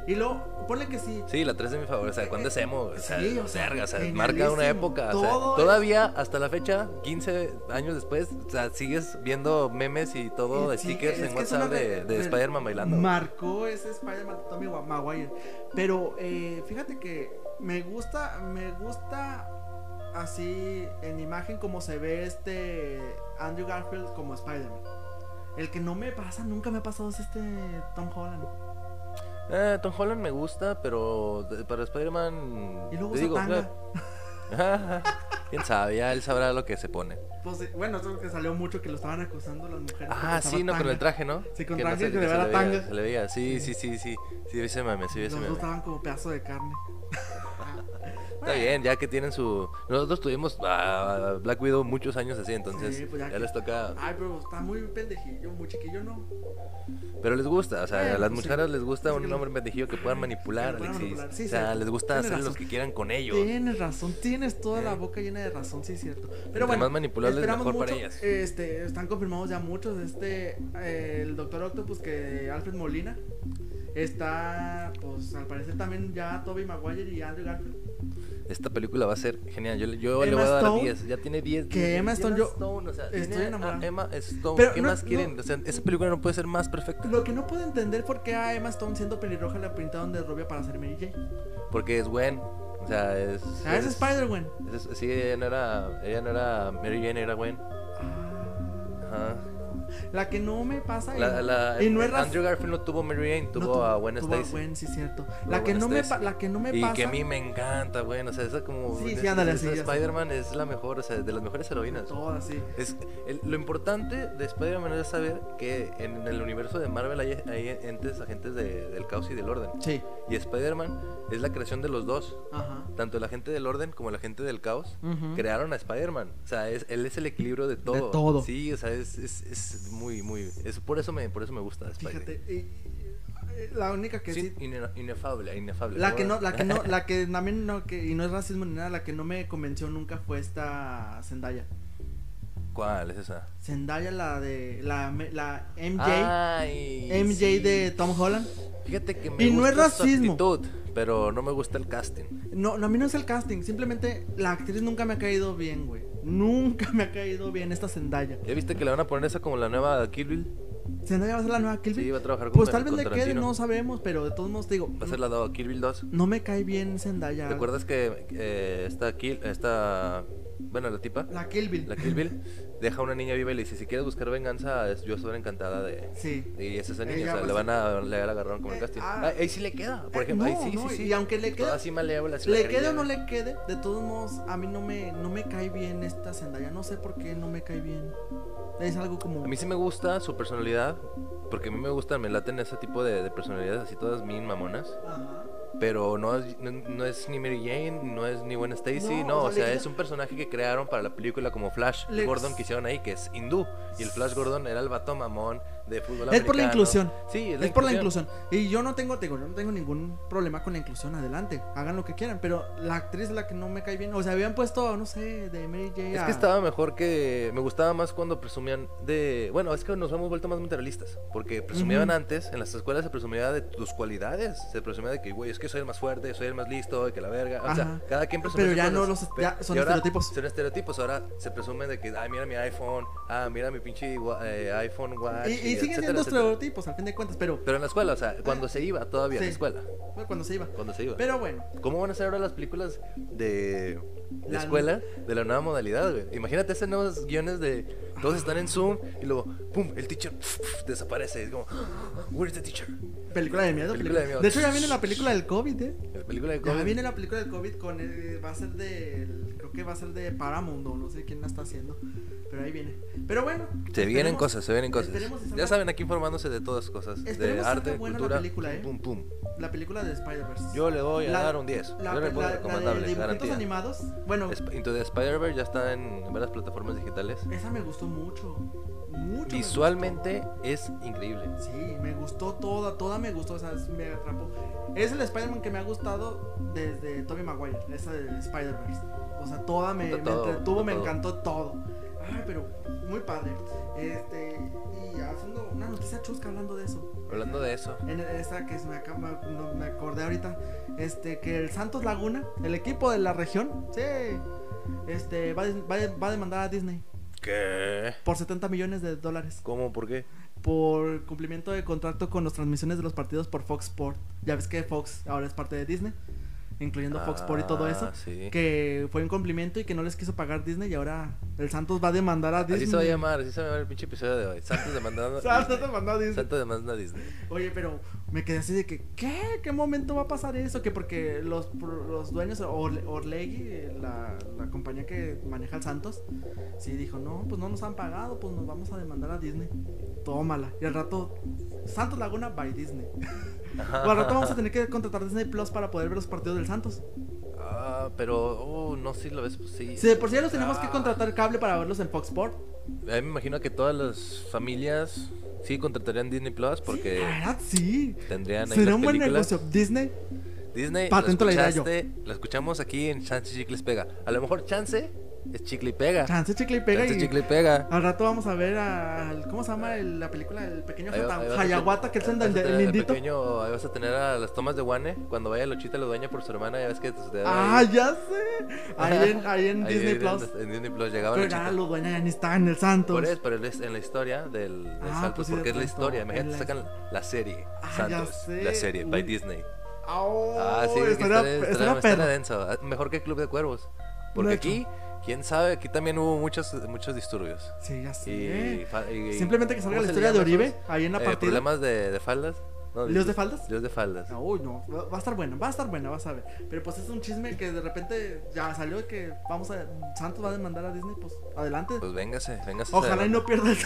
Speaker 3: Y luego, ponle que sí,
Speaker 2: Sí, la 3 de mi favor, o sea, cuando es emo, o sea,
Speaker 3: Sí, o sea,
Speaker 2: verga, o sea,
Speaker 3: genialísimo.
Speaker 2: marca una época, o sea,
Speaker 3: Todo es-
Speaker 2: todavía hasta la fecha, 15 años después, o sea, sigues viendo memes y todo,
Speaker 3: Sí,
Speaker 2: stickers
Speaker 3: es
Speaker 2: en
Speaker 3: que es una
Speaker 2: WhatsApp de,
Speaker 3: re-
Speaker 2: de
Speaker 3: re-
Speaker 2: Spider-Man bailando.
Speaker 3: marcó ese Spider-Man de Tommy Wa- Maguire. Pero eh, fíjate que me gusta, me gusta así en imagen como se ve este Andrew Garfield como Spider-Man. El que no me pasa, nunca me ha pasado es este Tom Holland.
Speaker 2: Eh, Tom Holland me gusta, pero de- para Spider-Man,
Speaker 3: Y luego
Speaker 2: te digo,
Speaker 3: usa tanga.
Speaker 2: ah, quién sabe, ya él sabrá lo que se pone.
Speaker 3: Pues, eh, bueno, eso es que salió mucho que lo estaban acusando las mujeres.
Speaker 2: Ah, sí, no, con el traje, ¿no?
Speaker 3: Sí, con
Speaker 2: Que no
Speaker 3: traje
Speaker 2: se-
Speaker 3: que le
Speaker 2: se
Speaker 3: vea la
Speaker 2: veía,
Speaker 3: tanga.
Speaker 2: Se le veía, sí, sí, sí, sí, sí, vi ese meme, sí, vi
Speaker 3: Los
Speaker 2: ese
Speaker 3: dos
Speaker 2: meme.
Speaker 3: estaban como pedazo de carne.
Speaker 2: Ah, Está bien, ya que tienen su... Nosotros tuvimos a Black Widow muchos años así, entonces
Speaker 3: Sí, pues
Speaker 2: ya,
Speaker 3: ya que-
Speaker 2: les toca...
Speaker 3: Ay, pero está muy pendejillo, muy chiquillo, ¿no?
Speaker 2: Pero les gusta, o sea,
Speaker 3: Bueno,
Speaker 2: a las
Speaker 3: pues sí.
Speaker 2: mujeres les gusta
Speaker 3: Es
Speaker 2: un
Speaker 3: que-
Speaker 2: hombre pendejillo que puedan
Speaker 3: Ay,
Speaker 2: manipular,
Speaker 3: que lo puedan
Speaker 2: Alexis.
Speaker 3: manipular, sí,
Speaker 2: o sea,
Speaker 3: cierto.
Speaker 2: les gusta
Speaker 3: Tienes
Speaker 2: hacer
Speaker 3: razón.
Speaker 2: los que quieran con ellos.
Speaker 3: Tienes razón, tienes toda la
Speaker 2: Eh.
Speaker 3: boca llena de razón, sí es cierto. Pero
Speaker 2: Entre
Speaker 3: bueno,
Speaker 2: más manipulables,
Speaker 3: esperamos
Speaker 2: mejor para
Speaker 3: mucho,
Speaker 2: ellas.
Speaker 3: Este, están confirmados ya muchos, este, eh, el Doctor Octopus que Alfred Molina, Está, pues al parecer también ya Toby Maguire y Andrew Garfield.
Speaker 2: Esta película va a ser genial. Yo, le- yo le
Speaker 3: Emma
Speaker 2: voy a dar
Speaker 3: Stone.
Speaker 2: 10. Ya tiene 10.
Speaker 3: Que Emma Stone, yo estoy enamorado.
Speaker 2: enamorada. Emma Stone.
Speaker 3: Pero
Speaker 2: ¿Qué
Speaker 3: no-
Speaker 2: más quieren?
Speaker 3: no.
Speaker 2: O sea, esa película no puede ser más perfecta.
Speaker 3: Lo que no puedo entender por qué a Emma Stone siendo pelirroja la pintaron de rubia para ser Mary Jane.
Speaker 2: Porque es Gwen. O sea, es.
Speaker 3: O sea, Ah, es Spider-Man.
Speaker 2: es- sí, ella no, era, ella no era Mary Jane, era Gwen.
Speaker 3: Ah,
Speaker 2: Ajá.
Speaker 3: la que no me pasa.
Speaker 2: La-
Speaker 3: y-
Speaker 2: la-
Speaker 3: y no es
Speaker 2: Andrew Garfield no tuvo Mary Jane, tuvo,
Speaker 3: no,
Speaker 2: a Gwen
Speaker 3: tuvo a
Speaker 2: Stacy.
Speaker 3: Gwen, sí, cierto.
Speaker 2: Tuvo a
Speaker 3: La que,
Speaker 2: Gwen
Speaker 3: no me, pa-
Speaker 2: Stacy.
Speaker 3: la que no me
Speaker 2: y
Speaker 3: pasa.
Speaker 2: que a mí me encanta, Gwen. O sea, esa como.
Speaker 3: Sí, sí,
Speaker 2: esa-
Speaker 3: ándale,
Speaker 2: esa
Speaker 3: sí, ya sé.
Speaker 2: Spider-Man es la mejor, o sea, de las mejores heroínas.
Speaker 3: Todas, sí.
Speaker 2: Es, el- lo importante de Spider-Man es saber que en el universo de Marvel hay, hay entes, agentes de- del caos y del orden.
Speaker 3: Sí.
Speaker 2: Y Spider-Man es la creación de los dos.
Speaker 3: Ajá.
Speaker 2: Tanto la gente del orden como la gente del caos
Speaker 3: Ujú.
Speaker 2: crearon a Spider-Man. O sea, es, él es el equilibrio de todo.
Speaker 3: todo.
Speaker 2: Sí, o sea, es, es- es muy, muy... Es, por, eso me, por eso me gusta Spider-Man.
Speaker 3: Fíjate. y- y- la única que sí.
Speaker 2: Sí, ine- inefable, eh, inefable.
Speaker 3: La
Speaker 2: ¿no?
Speaker 3: que no, la
Speaker 2: *laughs*
Speaker 3: que no, la que también no, que, y no es racismo ni nada, la que no me convenció nunca fue esta Zendaya.
Speaker 2: ¿Cuál es esa?
Speaker 3: Zendaya, la de, la, me- la MJ,
Speaker 2: Ay,
Speaker 3: MJ
Speaker 2: sí.
Speaker 3: de Tom Holland.
Speaker 2: Fíjate que me
Speaker 3: Y no es
Speaker 2: gusta su
Speaker 3: racismo.
Speaker 2: actitud, pero no me gusta el casting.
Speaker 3: No, no, a mí no es el casting, simplemente la actriz nunca me ha caído bien, güey. Nunca me ha caído bien esta Zendaya.
Speaker 2: ¿Ya viste que le van a poner esa como la nueva Kill Bill?
Speaker 3: Zendaya va a ser la nueva Kill Bill.
Speaker 2: Sí, va a trabajar con
Speaker 3: pues tal vez
Speaker 2: con
Speaker 3: le quede,
Speaker 2: Tarantino.
Speaker 3: no sabemos, pero de todos modos te digo,
Speaker 2: Va a ser la nueva Kill Bill 2.
Speaker 3: no me cae bien Zendaya.
Speaker 2: ¿Te acuerdas que eh, esta Kill, esta, bueno, la tipa,
Speaker 3: La Kill Bill.
Speaker 2: la Kill Bill, deja a una niña viva y le dice, si quieres buscar venganza, es- yo estaré encantada de...
Speaker 3: Sí.
Speaker 2: Y es esa niña,
Speaker 3: Ella
Speaker 2: o sea,
Speaker 3: va a
Speaker 2: le van a, le agarraron como el
Speaker 3: Eh,
Speaker 2: casting.
Speaker 3: ah.
Speaker 2: Ah, ahí sí le queda, por
Speaker 3: Eh,
Speaker 2: ejemplo,
Speaker 3: no,
Speaker 2: ahí sí,
Speaker 3: no,
Speaker 2: sí, sí.
Speaker 3: y aunque le quede-
Speaker 2: Toda así malévola, así
Speaker 3: Le
Speaker 2: la
Speaker 3: quede o
Speaker 2: carilla.
Speaker 3: no le quede, de todos modos, a mí no me, no me cae bien esta Zendaya. No sé por qué no me cae bien. Es algo como.
Speaker 2: A mí sí me gusta su personalidad, porque a mí me gustan, me laten ese tipo de, de personalidades así todas bien mamonas.
Speaker 3: Ajá.
Speaker 2: Pero no es, no, no es ni Mary Jane, no es ni Gwen Stacy, no,
Speaker 3: No,
Speaker 2: o
Speaker 3: o sea,
Speaker 2: sea,
Speaker 3: le-
Speaker 2: es un personaje que crearon para la película como Flash
Speaker 3: Le-
Speaker 2: Gordon que hicieron ahí, que es hindú. Y el Flash Gordon era el vato mamón de fútbol
Speaker 3: Es por la
Speaker 2: americano.
Speaker 3: inclusión.
Speaker 2: Sí, es,
Speaker 3: Es por la inclusión. Y yo no tengo, te digo, yo no tengo ningún problema con la inclusión. Adelante, hagan lo que quieran. Pero la actriz es la que no me cae bien. O sea, habían puesto, no sé, de Mary J.
Speaker 2: Es
Speaker 3: a-
Speaker 2: que estaba mejor que... Me gustaba más cuando presumían de... Bueno, es que nos hemos vuelto más materialistas. Porque presumían
Speaker 3: Ujú.
Speaker 2: antes, en las escuelas se presumía de tus cualidades. Se presumía de que, güey, es que soy el más fuerte, soy el más listo, de que la verga. O sea,
Speaker 3: Ajá.
Speaker 2: cada quien presumía
Speaker 3: Pero
Speaker 2: sus
Speaker 3: ya no
Speaker 2: cosas.
Speaker 3: los-
Speaker 2: Pe-
Speaker 3: ya son
Speaker 2: y ahora
Speaker 3: estereotipos.
Speaker 2: Son estereotipos. Ahora se presume de que, ah, mira mi iPhone, ah, mira mi pinche gua- eh, iPhone Watch.
Speaker 3: Y, y siguen
Speaker 2: etcétera, etcétera.
Speaker 3: siendo estereotipos, al fin de cuentas. Pero
Speaker 2: Pero en la escuela, o sea, cuando se iba todavía, en la
Speaker 3: Sí.
Speaker 2: escuela.
Speaker 3: fue cuando se iba.
Speaker 2: Cuando se iba.
Speaker 3: Pero bueno,
Speaker 2: ¿Cómo van a ser ahora las películas de, de
Speaker 3: La-
Speaker 2: escuela de la nueva modalidad, güey? Imagínate esos nuevos guiones de todos están en Zoom y luego, pum, el teacher *laughs* desaparece. Es como, *gasps* where's the teacher?
Speaker 3: película de miedo.
Speaker 2: Película
Speaker 3: película-
Speaker 2: de miedo.
Speaker 3: De hecho, ya viene la película del COVID, ¿eh?
Speaker 2: La película de
Speaker 3: Ya
Speaker 2: COVID.
Speaker 3: viene la película del COVID con el- va a ser de creo que va a ser de Paramount o no sé quién la está haciendo, pero ahí viene. Pero bueno, pues
Speaker 2: Se vienen
Speaker 3: esperemos-
Speaker 2: cosas, se vienen cosas.
Speaker 3: esperemos y salga-
Speaker 2: Ya saben, aquí informándose de todas cosas. De
Speaker 3: Esperemos salga
Speaker 2: arte,
Speaker 3: buena la
Speaker 2: cultura,
Speaker 3: película, ¿eh?
Speaker 2: pum, pum.
Speaker 3: La película de Spider-Verse.
Speaker 2: Yo le voy a
Speaker 3: La-
Speaker 2: dar un 10.
Speaker 3: la,
Speaker 2: Yo le
Speaker 3: pe-
Speaker 2: pongo
Speaker 3: la- la de
Speaker 2: recomendable,
Speaker 3: dibujitos
Speaker 2: garantía.
Speaker 3: animados. Bueno,
Speaker 2: Sp- Into the Spider-Verse ya está en varias plataformas digitales.
Speaker 3: esa me gustó mucho. Mucho. me
Speaker 2: Visualmente es increíble.
Speaker 3: gustó. Sí, me gustó toda, toda me gustó, o sea, es- me atrapó. Es el Spider-Man que me ha gustado desde Tobey Maguire, esa del Spider-Verse. O sea, toda me,
Speaker 2: Junta
Speaker 3: me
Speaker 2: todo,
Speaker 3: entretuvo,
Speaker 2: junta
Speaker 3: me
Speaker 2: todo.
Speaker 3: encantó todo. Ay, pero muy padre. Este, y haciendo una noticia chusca hablando de eso.
Speaker 2: Hablando de eso.
Speaker 3: En esa que se me, acaba, no, me acordé ahorita, este, que el Santos Laguna, el equipo de la región, sí, este, va, a dis- va a- va a demandar a Disney
Speaker 2: ¿Qué?
Speaker 3: por 70 millones de dólares
Speaker 2: ¿Cómo? ¿Por qué?
Speaker 3: por cumplimiento de contrato con las transmisiones de los partidos por Fox Sport. Ya ves que Fox ahora es parte de Disney, incluyendo Fox Sport y todo eso.
Speaker 2: Ah, sí.
Speaker 3: Que fue un cumplimiento y que no les quiso pagar Disney y ahora el Santos va a demandar a Disney.
Speaker 2: Así se va a llamar, así se va a llamar el pinche episodio de hoy. Santos demandando.
Speaker 3: *laughs* Santos
Speaker 2: Disney.
Speaker 3: demandó a Disney.
Speaker 2: Santos demanda a Disney.
Speaker 3: Oye, pero me quedé así de que, ¿qué? ¿Qué momento va a pasar eso? Que porque los, pro- los dueños, Orle- Orlegi, eh, la, la compañía que maneja el Santos, sí dijo, no, pues no nos han pagado, pues nos vamos a demandar a Disney. Tómala. Y al rato, Santos Laguna by
Speaker 2: *laughs*
Speaker 3: Disney. O al rato vamos a tener que contratar Disney Plus para poder ver los partidos del Santos.
Speaker 2: Ah, pero, uh, no, sí lo ves, pues sí.
Speaker 3: Si de por sí ya los tenemos que
Speaker 2: Ah.
Speaker 3: contratar cable para verlos en Fox Sport.
Speaker 2: A mí me imagino que todas las familias sí contratarían Disney Plus porque
Speaker 3: La verdad, sí.
Speaker 2: tendrían Eh. ahí
Speaker 3: Será
Speaker 2: las
Speaker 3: un buen
Speaker 2: películas.
Speaker 3: negocio. Disney,
Speaker 2: Disney,
Speaker 3: Patento
Speaker 2: la
Speaker 3: la idea yo.
Speaker 2: escuchaste, la escuchamos aquí en Chance Chicles Pega. A lo mejor Chance es chicle y pega.
Speaker 3: Chance chicle y pega
Speaker 2: Ah. Chance,
Speaker 3: y Ah,
Speaker 2: chicle y pega.
Speaker 3: al rato vamos a ver al ¿cómo se llama el- la película El pequeño
Speaker 2: Ahí va- ahí
Speaker 3: Hayawata,
Speaker 2: vas a
Speaker 3: Hayawata que es el,
Speaker 2: tener- ahí vas a
Speaker 3: del-
Speaker 2: tener
Speaker 3: el
Speaker 2: al
Speaker 3: lindito?
Speaker 2: pequeño, ahí vas a tener a las tomas de Wane cuando vaya Luchita la dueña por su hermana, ya ves que te- te-
Speaker 3: Ah, ya sé. Ahí en, ahí en
Speaker 2: *laughs* ahí
Speaker 3: Disney
Speaker 2: en-
Speaker 3: Plus.
Speaker 2: En Disney Plus llegaba
Speaker 3: Pero
Speaker 2: Luchita.
Speaker 3: ya los dueños ya ni están en el Santos.
Speaker 2: Por eso, pero es en la historia del, del
Speaker 3: Ah,
Speaker 2: Santos,
Speaker 3: pues sí,
Speaker 2: porque
Speaker 3: de
Speaker 2: es la
Speaker 3: tanto,
Speaker 2: historia. Imagínate,
Speaker 3: en la-
Speaker 2: sacan la serie
Speaker 3: Ah, ya
Speaker 2: Santos,
Speaker 3: sé,
Speaker 2: la serie by
Speaker 3: uy.
Speaker 2: Disney.
Speaker 3: Au,
Speaker 2: Ah, sí, es que
Speaker 3: Oh, estaría-
Speaker 2: estaría-
Speaker 3: estaría
Speaker 2: estaría-
Speaker 3: perro.
Speaker 2: estaría denso. Ah, Mejor que Club de Cuervos. Porque
Speaker 3: De hecho.
Speaker 2: aquí, quién sabe, aquí también hubo muchos, muchos disturbios.
Speaker 3: Sí, ya sé.
Speaker 2: Y, fa- y-
Speaker 3: Simplemente que salga
Speaker 2: ¿cómo
Speaker 3: la
Speaker 2: se
Speaker 3: historia de
Speaker 2: llama
Speaker 3: Oribe
Speaker 2: esos?
Speaker 3: ahí en la
Speaker 2: Eh,
Speaker 3: partida.
Speaker 2: ¿Problemas de, de faldas? No,
Speaker 3: ¿Líos de
Speaker 2: dis-
Speaker 3: faldas?
Speaker 2: Líos de faldas.
Speaker 3: Uy, no, va va a estar buena, va a estar buena, vas a ver. Pero pues es un chisme que de repente ya salió que vamos a Santos va a demandar a Disney, pues adelante.
Speaker 2: Pues véngase, véngase.
Speaker 3: Ojalá y no pierda
Speaker 2: *laughs*
Speaker 3: el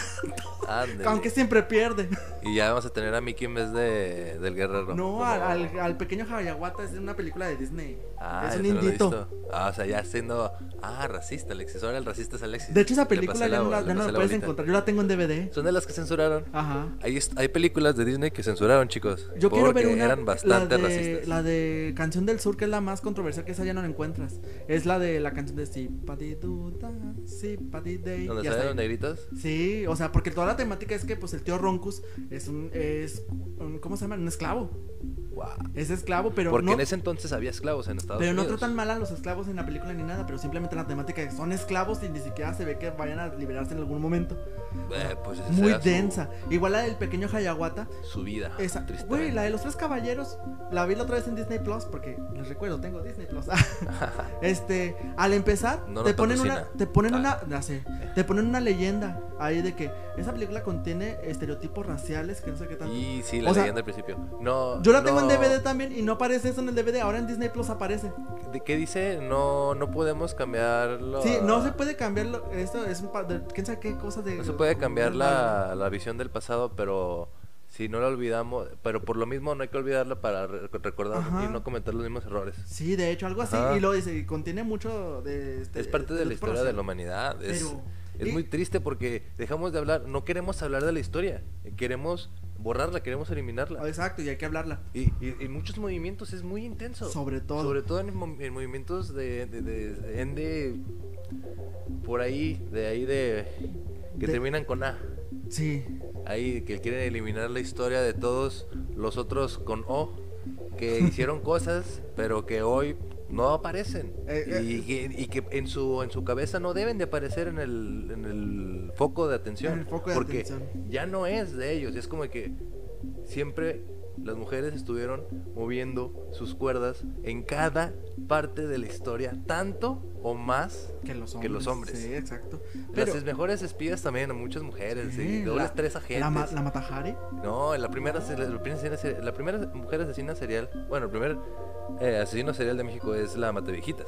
Speaker 2: Ándele.
Speaker 3: aunque siempre pierde.
Speaker 2: Y ya vamos a tener a Mickey en vez de, del guerrero.
Speaker 3: No,
Speaker 2: Como-
Speaker 3: al, al- al pequeño Hayaguata es de una película de Disney.
Speaker 2: Ah,
Speaker 3: es
Speaker 2: ese
Speaker 3: un
Speaker 2: no lo he
Speaker 3: indito.
Speaker 2: visto. Ah, o sea, ya siendo. Ah, racista, Alexis. Ahora el racista es Alexis.
Speaker 3: De hecho, esa
Speaker 2: Le
Speaker 3: película
Speaker 2: pasé
Speaker 3: ya no la,
Speaker 2: le
Speaker 3: ya no
Speaker 2: pasé
Speaker 3: la puedes
Speaker 2: bolita.
Speaker 3: encontrar. Yo la tengo en DVD.
Speaker 2: Son de las que censuraron.
Speaker 3: Ajá.
Speaker 2: Hay, est- hay películas de Disney que censuraron, chicos.
Speaker 3: Yo quiero ver
Speaker 2: porque
Speaker 3: una.
Speaker 2: Eran bastante
Speaker 3: la de,
Speaker 2: racistas.
Speaker 3: La de Canción del Sur, que es la más controversial, que esa ya no la encuentras. Es la de la canción de Si Pati Duda, Si Pati Day.
Speaker 2: Donde
Speaker 3: y hasta
Speaker 2: salen los
Speaker 3: ahí.
Speaker 2: negritos.
Speaker 3: Sí, o sea, porque toda la temática es que pues el tío Roncus es un. Es un- ¿Cómo se llama? Un esclavo.
Speaker 2: Guau.
Speaker 3: Es esclavo, pero
Speaker 2: Porque
Speaker 3: no.
Speaker 2: en ese entonces había esclavos en Estados
Speaker 3: Pero no
Speaker 2: Unidos.
Speaker 3: tratan mal a los esclavos en la película ni nada, pero simplemente la temática es que son esclavos y ni siquiera se ve que vayan a liberarse en algún momento.
Speaker 2: Eh, pues esa
Speaker 3: Muy
Speaker 2: era su-
Speaker 3: densa. Igual la del pequeño Hayaguata,
Speaker 2: Su, vida.
Speaker 3: Esa,
Speaker 2: triste.
Speaker 3: güey, la de los tres caballeros, la vi la otra vez en Disney Plus, porque les recuerdo, tengo Disney
Speaker 2: *laughs*
Speaker 3: Plus. *laughs* este, al empezar,
Speaker 2: No
Speaker 3: te
Speaker 2: nos
Speaker 3: ponen una,
Speaker 2: patrocina.
Speaker 3: te ponen
Speaker 2: Ah.
Speaker 3: una, ya sé, te ponen una leyenda ahí de que esa película contiene estereotipos raciales, que no sé qué tanto.
Speaker 2: Y sí, la
Speaker 3: O sea,
Speaker 2: leyenda al principio. No.
Speaker 3: Yo la tengo en
Speaker 2: no-
Speaker 3: DVD también y no aparece eso en el DVD, ahora en Disney Plus aparece.
Speaker 2: ¿De qué dice? No, no podemos cambiarlo.
Speaker 3: Sí, no se puede cambiarlo, esto es un pa- de- quién sabe qué cosa de
Speaker 2: No se puede cambiar
Speaker 3: de-
Speaker 2: la, la visión del pasado, pero si no la olvidamos, pero por lo mismo no hay que olvidarla para re- recordar
Speaker 3: Ajá.
Speaker 2: y no cometer los mismos errores.
Speaker 3: Sí, de hecho, algo así
Speaker 2: Ajá.
Speaker 3: y lo dice, y contiene mucho de este,
Speaker 2: Es parte de la
Speaker 3: estereotipos
Speaker 2: historia de la
Speaker 3: raciales.
Speaker 2: humanidad. Es,
Speaker 3: Pero-
Speaker 2: es
Speaker 3: y-
Speaker 2: muy triste porque dejamos de hablar, no queremos hablar de la historia, queremos borrarla, queremos eliminarla.
Speaker 3: Exacto, y hay que hablarla.
Speaker 2: Y, y- y muchos movimientos es muy intenso.
Speaker 3: Sobre todo.
Speaker 2: Sobre todo en, mo- en movimientos de, de, de- en de- Por ahí, de ahí de. Que
Speaker 3: De-
Speaker 2: terminan con A.
Speaker 3: Sí,
Speaker 2: Ahí que quieren eliminar la historia de todos los otros con O.
Speaker 3: *laughs*
Speaker 2: Que hicieron cosas, pero que hoy no aparecen.
Speaker 3: Eh, eh.
Speaker 2: y, que- y que en su, en su cabeza no deben de aparecer en el, en el foco de atención.
Speaker 3: En el foco de
Speaker 2: porque
Speaker 3: atención.
Speaker 2: ya no es de ellos. Es como que siempre las mujeres estuvieron moviendo sus cuerdas en cada parte de la historia, tanto o más.
Speaker 3: que los
Speaker 2: Que
Speaker 3: hombres.
Speaker 2: los hombres.
Speaker 3: Sí, exacto. Pero,
Speaker 2: las mejores espías también, a muchas mujeres,
Speaker 3: Sí,
Speaker 2: y dobles
Speaker 3: la-
Speaker 2: tres
Speaker 3: la, ma-
Speaker 2: agentes.
Speaker 3: la Matajari,
Speaker 2: No, la primera, se- la, primera asesina se- la primera mujer asesina serial, bueno, el primer eh, asesino serial de México es la Matevijitas.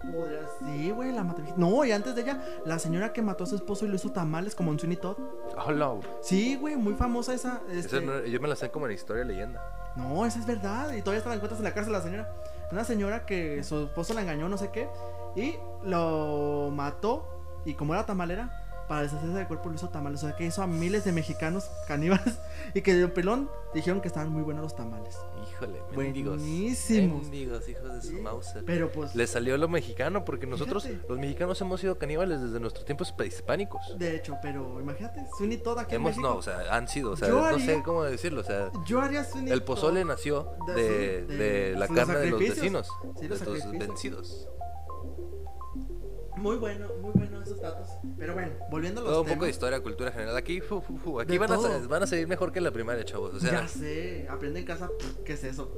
Speaker 3: podría- sí, güey, la Matajari. No, y antes de ella, la señora que mató a su esposo y lo hizo tamales como en Sweeney Todd.
Speaker 2: Hola.
Speaker 3: Sí, güey, muy famosa esa. este- no...
Speaker 2: yo me la sé como en historia leyenda.
Speaker 3: esa es verdad. Y todavía estaba en cuentas en la cárcel la señora. Una señora que su esposo la engañó, no sé qué, y lo mató. Y como era tamalera, para deshacerse del cuerpo lo hizo tamales. O sea, que hizo a miles de mexicanos caníbales. *laughs* Y que de pelón dijeron que estaban muy buenos los tamales.
Speaker 2: Híjole, mendigos.
Speaker 3: Buenísimos.
Speaker 2: Mendigos, hijos de su
Speaker 3: Sí,
Speaker 2: Mauser.
Speaker 3: Pero pues,
Speaker 2: Le salió lo mexicano porque nosotros,
Speaker 3: Fíjate.
Speaker 2: los mexicanos, hemos sido caníbales desde nuestros tiempos prehispánicos.
Speaker 3: de hecho, pero imagínate, Sweeney Todd aquí en
Speaker 2: Hemos,
Speaker 3: México.
Speaker 2: no, o sea, han sido, o sea,
Speaker 3: Yo
Speaker 2: no
Speaker 3: haría-
Speaker 2: sé cómo decirlo, o sea,
Speaker 3: Yo haría Sweeney
Speaker 2: el pozole
Speaker 3: Todd.
Speaker 2: nació
Speaker 3: De-
Speaker 2: de,
Speaker 3: sí,
Speaker 2: de
Speaker 3: de-
Speaker 2: la
Speaker 3: los
Speaker 2: carne de los
Speaker 3: sacrificios.
Speaker 2: vecinos,
Speaker 3: Sí,
Speaker 2: de
Speaker 3: los
Speaker 2: los
Speaker 3: sacrificios.
Speaker 2: vencidos.
Speaker 3: Muy bueno, muy bueno esos datos. Pero bueno, volviendo a los
Speaker 2: Todo un
Speaker 3: temas.
Speaker 2: poco de historia, cultura general. Aquí, fu, fu, fu, aquí
Speaker 3: De
Speaker 2: van, a,
Speaker 3: todo.
Speaker 2: sa- van a salir mejor que en la primaria, chavos. O sea,
Speaker 3: ya sé, aprende en casa, pff, ¿qué es eso?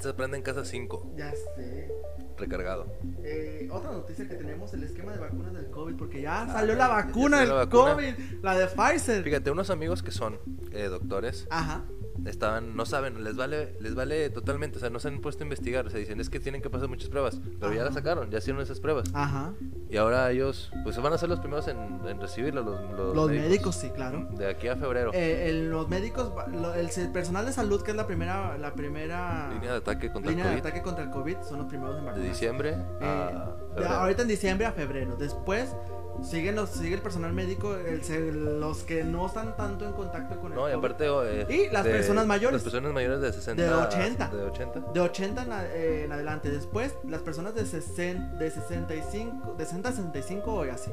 Speaker 2: se aprende en casa 5,
Speaker 3: Ya sé.
Speaker 2: recargado.
Speaker 3: Eh, otra noticia que tenemos, el esquema de vacunas del COVID, porque ya
Speaker 2: Ah,
Speaker 3: salió
Speaker 2: ya-
Speaker 3: la
Speaker 2: ya
Speaker 3: vacuna del
Speaker 2: salió la vacuna.
Speaker 3: COVID, la de Pfizer.
Speaker 2: Fíjate, unos amigos que son eh, doctores
Speaker 3: Ajá.
Speaker 2: estaban, no saben, les vale, les vale totalmente. O sea, no se han puesto a investigar. O sea, dicen es que tienen que pasar muchas pruebas. Pero ya
Speaker 3: Ajá.
Speaker 2: las sacaron, ya hicieron esas pruebas.
Speaker 3: Ajá.
Speaker 2: Y ahora ellos, pues van a ser los primeros en, en recibirlo, los, los
Speaker 3: Los médicos, sí, claro.
Speaker 2: De aquí a febrero.
Speaker 3: Eh, el- los médicos, va- lo- el, el personal de salud, que es la primera, la primera
Speaker 2: línea de ataque contra el
Speaker 3: línea de
Speaker 2: COVID.
Speaker 3: ataque contra el COVID, son los primeros en
Speaker 2: de
Speaker 3: vacunarse.
Speaker 2: diciembre
Speaker 3: Eh,
Speaker 2: a
Speaker 3: de-
Speaker 2: febrero.
Speaker 3: ahorita en diciembre a febrero. Después siguen los, sigue el personal médico, el se- los que no están tanto en contacto con el
Speaker 2: No, y
Speaker 3: COVID.
Speaker 2: aparte. eh,
Speaker 3: Y las
Speaker 2: de-
Speaker 3: personas mayores.
Speaker 2: Las personas mayores de 60.
Speaker 3: De 80.
Speaker 2: De 80.
Speaker 3: De 80 en, a- eh, en adelante. Después, las personas de, 60, de 65, de 60 a 65 y así.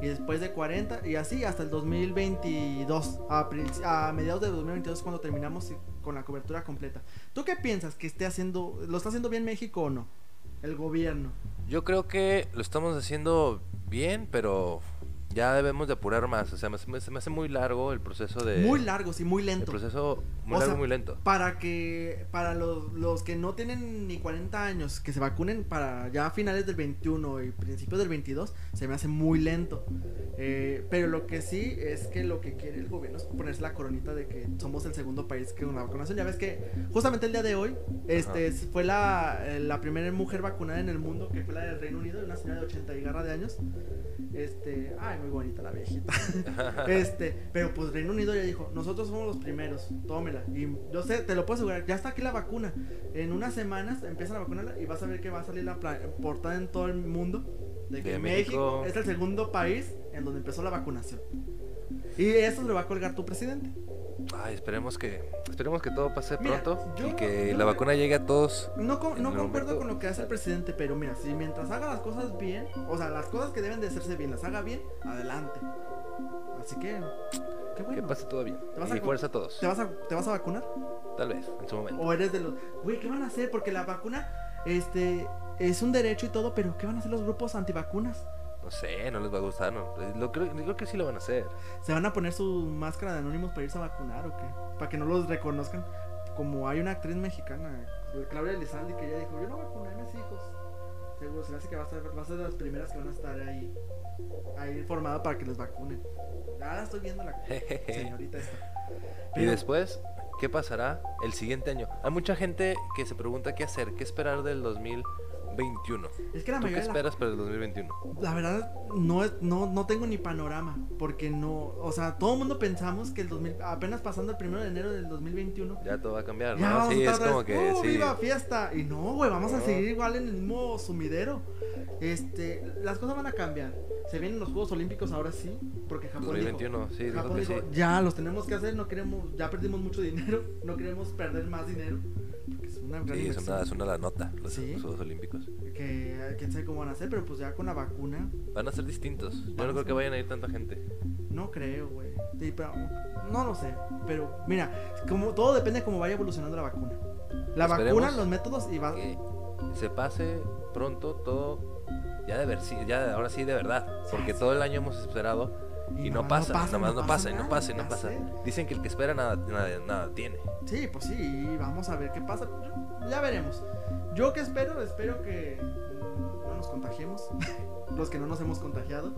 Speaker 3: Y después de 40 y así hasta el 2022. A, prin- a mediados de 2022 es cuando terminamos y- con la cobertura completa. ¿Tú qué piensas que esté haciendo, lo está haciendo bien México o no? El gobierno.
Speaker 2: Yo creo que lo estamos haciendo bien, pero ya debemos de apurar más. O sea, me, hace- se me hace muy largo el proceso de.
Speaker 3: muy largos y muy
Speaker 2: El
Speaker 3: lentos.
Speaker 2: proceso muy
Speaker 3: O
Speaker 2: largo,
Speaker 3: sea,
Speaker 2: muy lento.
Speaker 3: Para que, para los, los que no tienen ni 40 años, que se vacunen para ya finales del 21 y principios del 22, se me hace muy lento. Eh, pero lo que sí es que lo que quiere el gobierno es ponerse la coronita de que somos el segundo país que una vacunación. Ya ves que justamente el día de hoy este
Speaker 2: Ajá.
Speaker 3: fue la, eh, la primera mujer vacunada en el mundo, que fue la del Reino Unido, una señora de 80 y garra de años. Este, ay, muy bonita la viejita. Este, pero pues Reino Unido ya dijo, nosotros somos los primeros, tómela. Y yo sé, te lo puedo asegurar, ya está aquí la vacuna. En unas semanas empiezan a vacunarla y vas a ver que va a salir la pla- portada en todo el mundo de que
Speaker 2: De
Speaker 3: México,
Speaker 2: México.
Speaker 3: es el segundo país en donde empezó la vacunación. Y eso lo va a colgar tu presidente.
Speaker 2: Ay, esperemos que, esperemos que todo pase
Speaker 3: Mira,
Speaker 2: pronto
Speaker 3: yo-
Speaker 2: y que
Speaker 3: yo-
Speaker 2: la vacuna llegue a todos.
Speaker 3: No, co-
Speaker 2: En
Speaker 3: no
Speaker 2: el
Speaker 3: concuerdo
Speaker 2: momento-
Speaker 3: con lo que hace el presidente, pero mira, si mientras haga las cosas bien, o sea, las cosas que deben de hacerse bien, las haga bien, adelante. Así que, qué bueno.
Speaker 2: Que pase todo bien.
Speaker 3: Te vas a
Speaker 2: Y
Speaker 3: co-
Speaker 2: fuerza a todos.
Speaker 3: ¿Te vas a, ¿Te vas a vacunar?
Speaker 2: Tal vez, en su momento.
Speaker 3: O eres de los. Güey, ¿qué van a hacer? Porque la vacuna este, es un derecho y todo, pero ¿qué van a hacer los grupos antivacunas?
Speaker 2: No sé, no les va a gustar. No. Lo creo, creo que sí lo van a hacer.
Speaker 3: ¿Se van a poner su máscara de anónimos para irse a vacunar o qué? Para que no los reconozcan. Como hay una actriz mexicana, eh, Claudia Elizalde, que ella dijo: Yo no vacuné a mis hijos. Seguro, se me hace que va a, ser, va a ser de las primeras que van a estar ahí. Ahí formada para que les vacunen. Ya la estoy viendo la señorita esta.
Speaker 2: Y después, ¿qué pasará el siguiente año? Hay mucha gente que se pregunta qué hacer, qué esperar del 2021.
Speaker 3: es que la
Speaker 2: ¿Tú qué
Speaker 3: mayoría de la
Speaker 2: esperas para el 2021?
Speaker 3: La verdad, no, es- no, no tengo ni panorama, porque no, o sea, todo el mundo pensamos que el 2000, apenas pasando el primero de enero del 2021,
Speaker 2: Ya todo va a cambiar,
Speaker 3: ya
Speaker 2: ¿no?
Speaker 3: vamos
Speaker 2: Sí,
Speaker 3: a
Speaker 2: es
Speaker 3: estar
Speaker 2: como
Speaker 3: otra vez,
Speaker 2: que
Speaker 3: "Uh,
Speaker 2: sí.
Speaker 3: viva fiesta! Y no, güey, vamos a
Speaker 2: No.
Speaker 3: seguir igual en el mismo sumidero. Este, las cosas van a cambiar. Se vienen los Juegos Olímpicos ahora sí, porque Japón dijo-
Speaker 2: 2021, sí, dijo
Speaker 3: Japón
Speaker 2: que
Speaker 3: dijo,
Speaker 2: sí.
Speaker 3: ya los tenemos que hacer, no queremos, ya perdimos mucho dinero, *laughs* no queremos perder más dinero, porque es una gran
Speaker 2: Sí, es
Speaker 3: inversión
Speaker 2: una, es una la nota, los
Speaker 3: Sí.
Speaker 2: los Juegos Olímpicos.
Speaker 3: que eh, quién sabe cómo van a hacer, pero pues ya con la vacuna
Speaker 2: Van a ser distintos. Yo
Speaker 3: Van a
Speaker 2: no creo que
Speaker 3: ser-
Speaker 2: vayan a ir tanta gente.
Speaker 3: No creo, güey. Sí, pero- no lo sé. Pero mira, como todo depende de cómo vaya evolucionando la vacuna. La
Speaker 2: Esperemos
Speaker 3: vacuna, los métodos y va.
Speaker 2: Que se pase pronto todo. Ya de ver, sí, ya ahora sí de verdad. Porque todo el año hemos esperado y, no, pasa, nomás no pasa, y no
Speaker 3: nada,
Speaker 2: pasa, y no
Speaker 3: ya
Speaker 2: pasa.
Speaker 3: sé.
Speaker 2: Dicen que el que espera nada, nada, nada tiene.
Speaker 3: Sí, pues sí, y vamos a ver qué pasa. Yo- Ya veremos. Yo que espero, espero que mm, no nos contagiemos. *laughs* los que no nos hemos contagiado.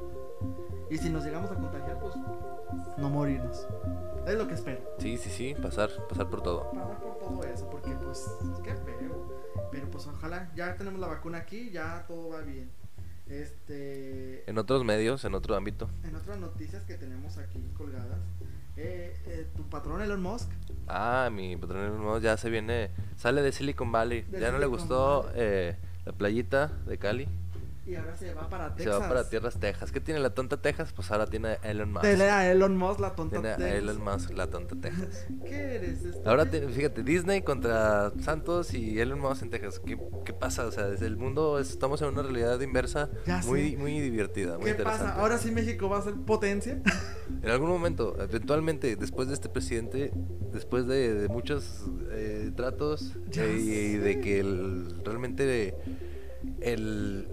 Speaker 3: Y si nos llegamos a contagiar, pues no morirnos. Es lo que espero.
Speaker 2: Sí, sí, sí, pasar, pasar por todo.
Speaker 3: pasar por todo eso, porque pues, qué feo. Pero pues ojalá, ya tenemos la vacuna aquí, ya todo va bien. Este,
Speaker 2: En otros medios, en otro ámbito.
Speaker 3: en otras noticias que tenemos aquí colgadas, eh, eh, tu patrón Elon Musk,
Speaker 2: Ah, mi patrón Elon Musk ya se viene, sale de Silicon Valley.
Speaker 3: De
Speaker 2: ya no le
Speaker 3: Silicon
Speaker 2: gustó
Speaker 3: Valley.
Speaker 2: eh, la playita de Cali.
Speaker 3: y ahora se va para
Speaker 2: Se
Speaker 3: Texas.
Speaker 2: va para tierras Texas. ¿Qué tiene la tonta Texas? Pues ahora tiene a Elon Musk.
Speaker 3: Dele a Elon Musk la tonta
Speaker 2: Tiene a
Speaker 3: Texas.
Speaker 2: Elon Musk la tonta Texas.
Speaker 3: ¿Qué eres? estúpido?
Speaker 2: Ahora, te- fíjate, Disney contra Santos y Elon Musk en Texas. ¿Qué, qué pasa? O sea, desde el mundo es- estamos en una realidad inversa
Speaker 3: Ya sé.
Speaker 2: muy, muy divertida, muy
Speaker 3: ¿Qué
Speaker 2: interesante.
Speaker 3: pasa? Ahora sí México va a ser potencia.
Speaker 2: En algún momento, eventualmente, después de este presidente, después de, de muchos eh, tratos
Speaker 3: Ya
Speaker 2: eh, y, y
Speaker 3: sé.
Speaker 2: de que el- realmente el...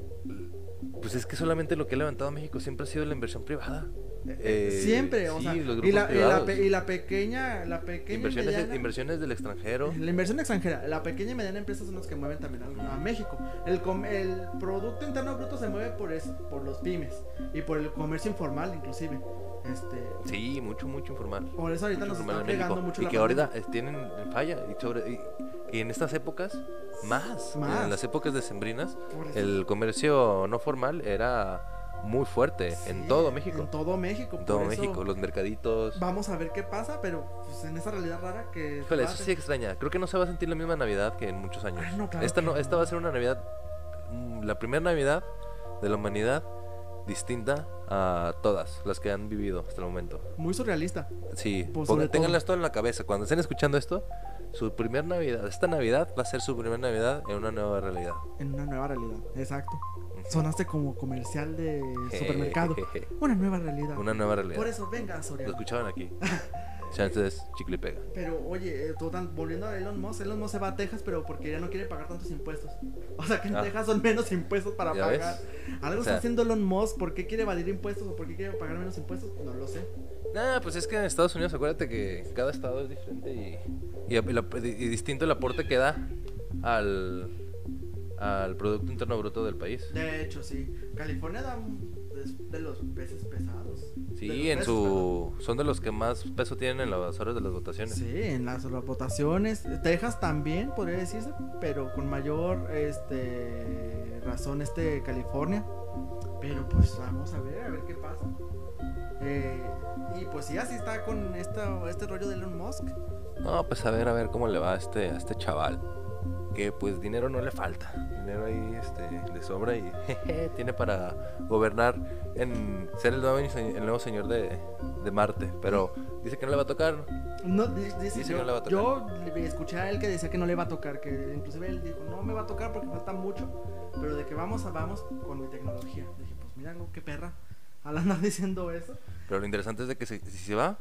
Speaker 2: Pues es que solamente lo que ha levantado a México siempre ha sido la inversión privada. Eh,
Speaker 3: Siempre, o
Speaker 2: sí,
Speaker 3: sea,
Speaker 2: los
Speaker 3: y, la,
Speaker 2: grupos
Speaker 3: y, la,
Speaker 2: privados.
Speaker 3: pe- y la pequeña, la pequeña y
Speaker 2: inversiones,
Speaker 3: mediana-
Speaker 2: inversiones del extranjero.
Speaker 3: La inversión extranjera, la pequeña y mediana empresa son los que mueven también a, a México. El, com- el Producto Interno Bruto se mueve por, eso, por los pymes y por el comercio informal inclusive. Este,
Speaker 2: Sí, mucho, mucho informal.
Speaker 3: por eso ahorita
Speaker 2: mucho
Speaker 3: nos
Speaker 2: informal
Speaker 3: está
Speaker 2: en México.
Speaker 3: pegando mucho
Speaker 2: y
Speaker 3: la
Speaker 2: que
Speaker 3: pandemia.
Speaker 2: ahorita eh, tienen falla. Y, sobre, y, y en estas épocas, más.
Speaker 3: Más.
Speaker 2: En las épocas decembrinas,
Speaker 3: Por eso-
Speaker 2: el comercio no formal era muy fuerte
Speaker 3: Sí,
Speaker 2: eh, en todo México.
Speaker 3: En todo México.
Speaker 2: En todo
Speaker 3: por eso
Speaker 2: México, los mercaditos.
Speaker 3: Vamos a ver qué pasa, pero pues, en esa realidad rara que...
Speaker 2: Híjole, eso
Speaker 3: pase.
Speaker 2: sí extraña. Creo que no se va a sentir la misma Navidad que en muchos años.
Speaker 3: Ah, no, claro
Speaker 2: esta,
Speaker 3: que
Speaker 2: no,
Speaker 3: no.
Speaker 2: esta va a ser una Navidad, mm, la primera Navidad de la humanidad distinta a todas las que han vivido hasta el momento.
Speaker 3: Muy surrealista.
Speaker 2: Sí,
Speaker 3: Pues,
Speaker 2: pongan-
Speaker 3: sobre todo.
Speaker 2: ténganlas todo en la cabeza. Cuando estén escuchando esto, su primer Navidad, esta Navidad va a ser su primer Navidad en una nueva realidad.
Speaker 3: En una nueva realidad. Exacto. Sonaste como comercial de supermercado. Una nueva
Speaker 2: *laughs*
Speaker 3: realidad.
Speaker 2: Una nueva
Speaker 3: Por
Speaker 2: realidad.
Speaker 3: eso, venga, Soriano.
Speaker 2: Lo escuchaban aquí.
Speaker 3: *laughs*
Speaker 2: Chances chicle y pega.
Speaker 3: Pero oye, eh, tú tan- volviendo a Elon Musk, Elon Musk se va a Texas, pero porque ya no quiere pagar tantos impuestos. *laughs* O sea que en
Speaker 2: Ah.
Speaker 3: Texas son menos impuestos para
Speaker 2: ¿Ya
Speaker 3: pagar.
Speaker 2: ves?
Speaker 3: Algo
Speaker 2: O
Speaker 3: está
Speaker 2: sea-
Speaker 3: haciendo Elon Musk, ¿por qué quiere evadir impuestos o por qué quiere pagar menos impuestos? No lo sé.
Speaker 2: Nah, pues es que en Estados Unidos acuérdate que cada estado es diferente y, y, ap- y la- y distinto el aporte que da al, al Producto Interno Bruto del país.
Speaker 3: De hecho, sí. California da un- es de los peces pesados. De los
Speaker 2: Sí, en
Speaker 3: pesos,
Speaker 2: su son de los que más peso tienen en las horas de las
Speaker 3: perdón.
Speaker 2: votaciones.
Speaker 3: Sí, en las votaciones. Texas también, podría decirse, pero con mayor este razón este California. Pero pues vamos a ver, a ver qué pasa. Eh, y pues sí, así está con esta, este rollo de Elon Musk.
Speaker 2: No, pues a ver, a ver cómo le va a este, a este chaval. Que pues dinero no le falta. Dinero ahí este, le sobra y *laughs* jeje, tiene para gobernar en ser el nuevo, el nuevo señor de, de Marte. Pero dice que no le va a tocar.
Speaker 3: No, di- dice,
Speaker 2: Dice que
Speaker 3: yo,
Speaker 2: no le va a tocar.
Speaker 3: yo le- escuché a él que decía que no le va a tocar, que inclusive él dijo, no me va a tocar porque falta mucho, pero de que vamos a vamos con mi tecnología. Dije, pues mira, no, qué perra, al *laughs* andar diciendo eso.
Speaker 2: Pero lo interesante es de que si, si se va,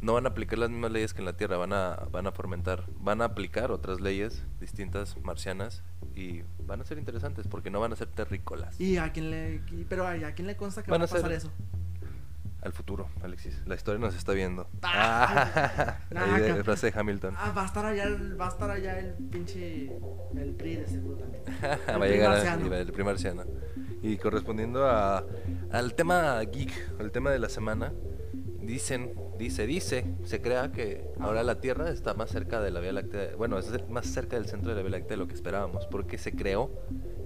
Speaker 2: no van a aplicar las mismas leyes que en la Tierra. Van a, van a fomentar, van a aplicar otras leyes distintas marcianas y van a ser interesantes porque no van a ser terrícolas.
Speaker 3: Y a quién le, y- pero ay, a quién le consta que
Speaker 2: Van
Speaker 3: va
Speaker 2: a
Speaker 3: a pasar
Speaker 2: ser-
Speaker 3: eso.
Speaker 2: Al futuro, Alexis. La historia nos está viendo.
Speaker 3: Ah,
Speaker 2: Ah, *laughs* ahí de-
Speaker 3: naca.
Speaker 2: frase de Hamilton.
Speaker 3: Ah, va a estar allá, el- va a estar allá el pinche, el PRI de seguro también.
Speaker 2: *laughs* Va a
Speaker 3: El
Speaker 2: llegar
Speaker 3: primarciano.
Speaker 2: el, el primarciano. Y correspondiendo a, al tema geek, al tema de la semana, dicen, dice, dice, se crea que ahora la Tierra está más cerca de la Vía Láctea, bueno, es más cerca del centro de la Vía Láctea de lo que esperábamos, porque se creó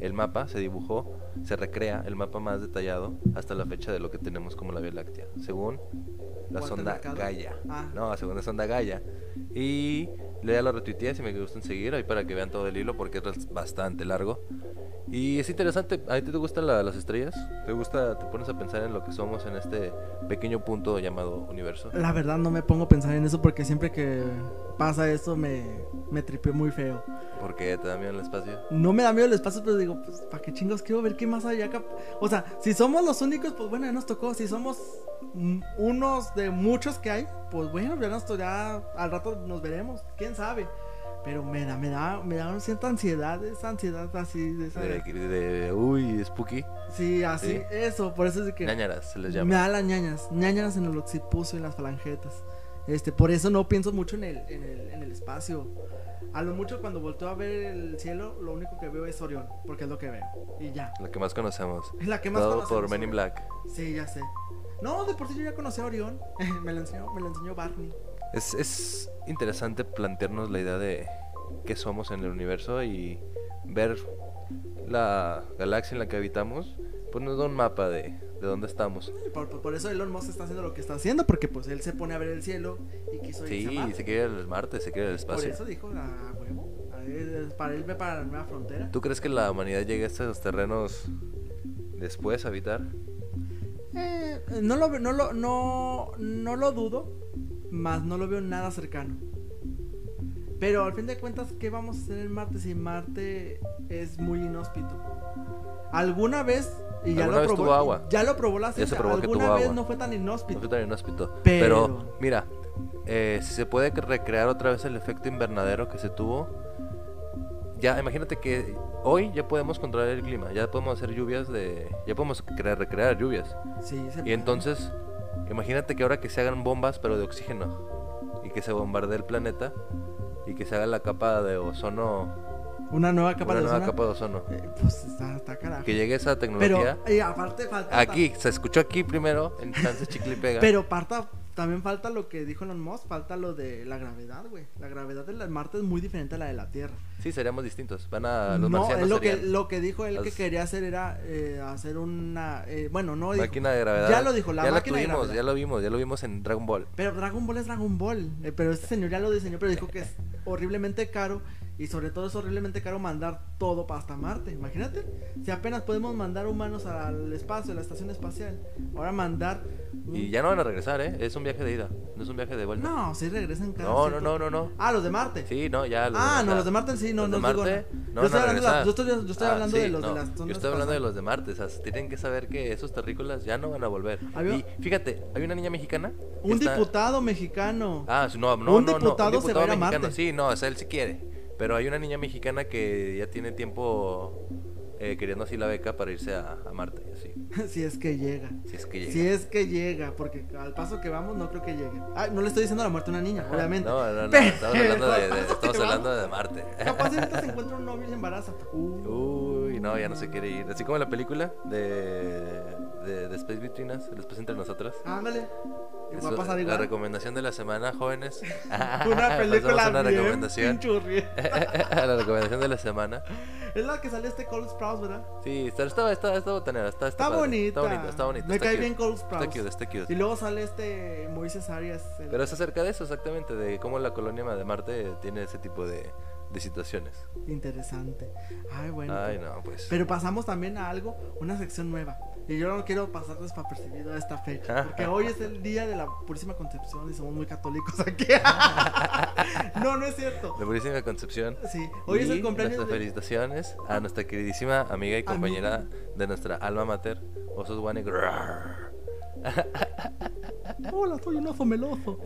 Speaker 2: el mapa, se dibujó, se recrea el mapa más detallado hasta la fecha de lo que tenemos como la Vía Láctea, según la
Speaker 3: ¿Walter
Speaker 2: sonda
Speaker 3: Mercado?
Speaker 2: Gaia.
Speaker 3: Ah.
Speaker 2: No, según la sonda Gaia. Y le ya lo retuiteé si me gustan seguir ahí para que vean todo el hilo porque es bastante largo. Y es interesante, ¿a ti te gustan la- las estrellas? ¿Te gusta, te pones a pensar en lo que somos en este pequeño punto llamado universo?
Speaker 3: La verdad no me pongo a pensar en eso porque siempre que pasa eso me, me tripeo muy feo.
Speaker 2: Porque te da miedo el espacio.
Speaker 3: No me da miedo el espacio, pero digo, pues, ¿para qué chingos quiero ver qué más hay acá? O sea, si somos los únicos, pues bueno, ya nos tocó. Si somos mm, unos de muchos que hay, pues bueno, ya nos to- ya al rato nos veremos, quién sabe. Pero me da, me da, me da una cierta ansiedad, esa ansiedad así, de esa.
Speaker 2: De, de- uy, spooky.
Speaker 3: Sí, así,
Speaker 2: Sí.
Speaker 3: eso, por eso es de que.
Speaker 2: Ñañaras se les
Speaker 3: Me
Speaker 2: llama.
Speaker 3: da las ñañas, ñañas en el occipucio, en las falangetas. Este, por eso no pienso mucho en el, en el, en el espacio. A lo mucho cuando volteo a ver el cielo, lo único que veo es Orión, porque es lo que veo. Y ya.
Speaker 2: La que más conocemos.
Speaker 3: Es la que más
Speaker 2: Dado por
Speaker 3: conocemos,
Speaker 2: Men in
Speaker 3: Orión.
Speaker 2: Black.
Speaker 3: Sí, ya sé. No, de por sí yo ya conocí a Orión. *laughs* me lo enseñó, me lo enseñó Barney.
Speaker 2: Es, es interesante plantearnos la idea de qué somos en el universo y ver la galaxia en la que habitamos, pues nos da un mapa de, de dónde estamos.
Speaker 3: Por, por- por eso Elon Musk está haciendo lo que está haciendo, porque pues él se pone a ver el cielo y quiso irse a
Speaker 2: Sí,
Speaker 3: Marte.
Speaker 2: se quiere el Marte, se quiere el
Speaker 3: Por
Speaker 2: espacio.
Speaker 3: eso dijo, a huevo. a ver, para él ve para la nueva frontera.
Speaker 2: ¿Tú crees que la humanidad llegue a estos terrenos después a habitar?
Speaker 3: Eh, no lo veo- no lo, no, no lo dudo, más no lo veo nada cercano. Pero al fin de cuentas, ¿qué vamos a hacer en Marte si Marte es muy inhóspito? Alguna vez, y ya
Speaker 2: Alguna
Speaker 3: lo
Speaker 2: vez
Speaker 3: probó,
Speaker 2: tuvo agua.
Speaker 3: ya lo probó la
Speaker 2: se
Speaker 3: ciencia,
Speaker 2: probó que
Speaker 3: alguna
Speaker 2: tuvo
Speaker 3: vez
Speaker 2: agua.
Speaker 3: no fue tan inhóspito.
Speaker 2: No fue tan inhóspito.
Speaker 3: Pero-
Speaker 2: Pero, mira, eh, si se puede recrear otra vez el efecto invernadero que se tuvo, ya imagínate que hoy ya podemos controlar el clima, ya podemos hacer lluvias de. Ya podemos crear, recrear lluvias.
Speaker 3: Sí, se
Speaker 2: Y
Speaker 3: puede.
Speaker 2: entonces, imagínate que ahora que se hagan bombas, pero de oxígeno, y que se bombardee el planeta, y que se haga la capa de ozono.
Speaker 3: Una nueva capa
Speaker 2: una
Speaker 3: de
Speaker 2: nueva
Speaker 3: ozono.
Speaker 2: capa de ozono.
Speaker 3: Eh, pues está, está carajo.
Speaker 2: Que llegue esa
Speaker 3: Pero
Speaker 2: tecnología.
Speaker 3: eh, aparte falta.
Speaker 2: Aquí, se escuchó aquí primero, en Chances Chicle y Pega.
Speaker 3: Pero parta, también falta lo que dijo Elon Musk, falta lo de la gravedad, güey. La gravedad de la- Marte es muy diferente a la de la Tierra.
Speaker 2: Sí, seríamos distintos. Van a los
Speaker 3: no,
Speaker 2: marcianos
Speaker 3: es lo que,
Speaker 2: serían
Speaker 3: lo que dijo él que
Speaker 2: las-
Speaker 3: quería hacer era eh, hacer una... eh, bueno, no dijo,
Speaker 2: máquina de gravedad.
Speaker 3: Ya lo dijo, la
Speaker 2: ya
Speaker 3: máquina de
Speaker 2: tuvimos,
Speaker 3: gravedad.
Speaker 2: Ya lo vimos, ya lo vimos en Dragon Ball. *laughs*
Speaker 3: Pero Dragon Ball es Dragon Ball. eh, pero este señor ya lo diseñó, pero dijo que es horriblemente caro Y sobre todo es horriblemente caro mandar todo para hasta Marte. Imagínate, si apenas podemos mandar humanos al espacio, a la estación espacial. Ahora mandar.
Speaker 2: Y ya no van a regresar, ¿eh? Es un viaje de ida, no es un viaje de vuelta.
Speaker 3: No, si regresan cada
Speaker 2: no, no, no,
Speaker 3: cierto-
Speaker 2: no, no.
Speaker 3: Ah, los de Marte.
Speaker 2: Sí, no, ya. los
Speaker 3: Ah,
Speaker 2: de-
Speaker 3: no,
Speaker 2: la-
Speaker 3: los de Marte sí, no,
Speaker 2: los de
Speaker 3: no, digo,
Speaker 2: Marte,
Speaker 3: no.
Speaker 2: no
Speaker 3: Yo
Speaker 2: van
Speaker 3: estoy
Speaker 2: a
Speaker 3: hablando de las-
Speaker 2: regresar.
Speaker 3: yo estoy- yo estoy
Speaker 2: Ah,
Speaker 3: hablando de los de
Speaker 2: no,
Speaker 3: las
Speaker 2: Yo
Speaker 3: ondas
Speaker 2: estoy hablando de
Speaker 3: espaciales.
Speaker 2: los de Marte, o sea, se tienen que saber que esos terrícolas ya no van a volver.
Speaker 3: Había-
Speaker 2: Y fíjate, hay una niña mexicana. que
Speaker 3: Un
Speaker 2: está-
Speaker 3: diputado mexicano.
Speaker 2: Ah, sí, no, no,
Speaker 3: Un
Speaker 2: no, no,
Speaker 3: diputado se va a ir a
Speaker 2: mexicano,
Speaker 3: Marte.
Speaker 2: Sí, no, o sea, él sí quiere. Pero hay una niña mexicana que ya tiene tiempo eh, queriendo así la beca para irse a, a Marte, así.
Speaker 3: *laughs* si es que llega.
Speaker 2: Si es que llega.
Speaker 3: Si es que llega, porque al paso que vamos no creo que llegue. Ah, no le estoy diciendo la muerte a una niña, obviamente.
Speaker 2: No, no, no,
Speaker 3: Pero-
Speaker 2: estamos hablando de,
Speaker 3: *laughs*
Speaker 2: de- estamos
Speaker 3: Vamos.
Speaker 2: hablando de Marte.
Speaker 3: Capaz ahorita se encuentra un novio y se embaraza. Uh.
Speaker 2: Uy, no, ya no se quiere ir. Así como la película de, de, de Space Between Us, el espacio entre nosotras.
Speaker 3: Ándale.
Speaker 2: Es
Speaker 3: Va a pasar
Speaker 2: la
Speaker 3: igual.
Speaker 2: recomendación de la semana, jóvenes.
Speaker 3: *laughs* Una
Speaker 2: *laughs* Pasamos
Speaker 3: película
Speaker 2: a una
Speaker 3: bien
Speaker 2: recomendación.
Speaker 3: pinchurrienta.
Speaker 2: *laughs* la recomendación de la semana.
Speaker 3: Es la que sale este Cole Sprouse, ¿verdad?
Speaker 2: Sí, está, está, está, está botanera, está,
Speaker 3: Está,
Speaker 2: padre,
Speaker 3: bonita.
Speaker 2: Está bonita, está bonita.
Speaker 3: Me
Speaker 2: está
Speaker 3: cae
Speaker 2: cute,
Speaker 3: bien Cole
Speaker 2: Está
Speaker 3: Sprouse.
Speaker 2: cute, está
Speaker 3: Y
Speaker 2: cute.
Speaker 3: luego sale este Moisés Arias. el-
Speaker 2: Pero es acerca de eso exactamente, de cómo la colonia de Marte tiene ese tipo de, de situaciones.
Speaker 3: Interesante. Ay, bueno.
Speaker 2: Ay,
Speaker 3: pero-
Speaker 2: no, pues.
Speaker 3: Pero pasamos también a algo, una sección nueva. Y yo no quiero pasar desapercibido a esta
Speaker 2: *laughs*
Speaker 3: fecha. Porque hoy es el día de la Purísima Concepción y somos muy
Speaker 2: *laughs*
Speaker 3: católicos aquí. no, no es cierto.
Speaker 2: La Purísima Concepción.
Speaker 3: Sí, hoy es
Speaker 2: Y
Speaker 3: el cumpleaños
Speaker 2: Nuestras
Speaker 3: de...
Speaker 2: felicitaciones a nuestra queridísima amiga y compañera de nuestra alma mater, Osos
Speaker 3: *laughs*
Speaker 2: Wanek.
Speaker 3: Ah, Hola, soy un
Speaker 2: *laughs*
Speaker 3: oso meloso.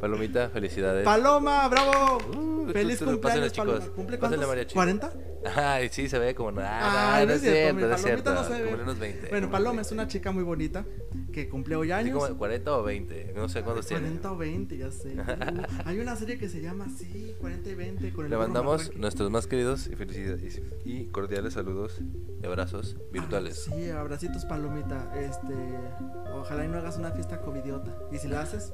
Speaker 2: Palomita, felicidades.
Speaker 3: Paloma, bravo.
Speaker 2: Uh,
Speaker 3: Feliz
Speaker 2: tú- tú- pásenle,
Speaker 3: cumpleaños, Paloma.
Speaker 2: chicos.
Speaker 3: ¿Cumple
Speaker 2: Pásenle,
Speaker 3: cuántos?
Speaker 2: mariachi.
Speaker 3: ¿40?
Speaker 2: Ay, sí, se ve como nada.
Speaker 3: Ay,
Speaker 2: no es cierto,
Speaker 3: mi
Speaker 2: no es
Speaker 3: Palomita
Speaker 2: cierto.
Speaker 3: no se ve.
Speaker 2: Como unos 20.
Speaker 3: Bueno,
Speaker 2: unos
Speaker 3: Paloma
Speaker 2: 20.
Speaker 3: es una chica muy bonita que cumple hoy
Speaker 2: Así
Speaker 3: años.
Speaker 2: como 40 o 20, no sé cuántos tiene.
Speaker 3: 40 o 20,
Speaker 2: *laughs*
Speaker 3: ya sé. Uh, hay una serie que se llama así, 40 y 20. Con el
Speaker 2: Le
Speaker 3: burro
Speaker 2: mandamos
Speaker 3: Marraqui.
Speaker 2: nuestros más queridos y felicidades y cordiales saludos y abrazos virtuales.
Speaker 3: Ah, sí, abracitos, palomita. Este, ojalá y no hagas una fiesta covidiota. Y si la haces,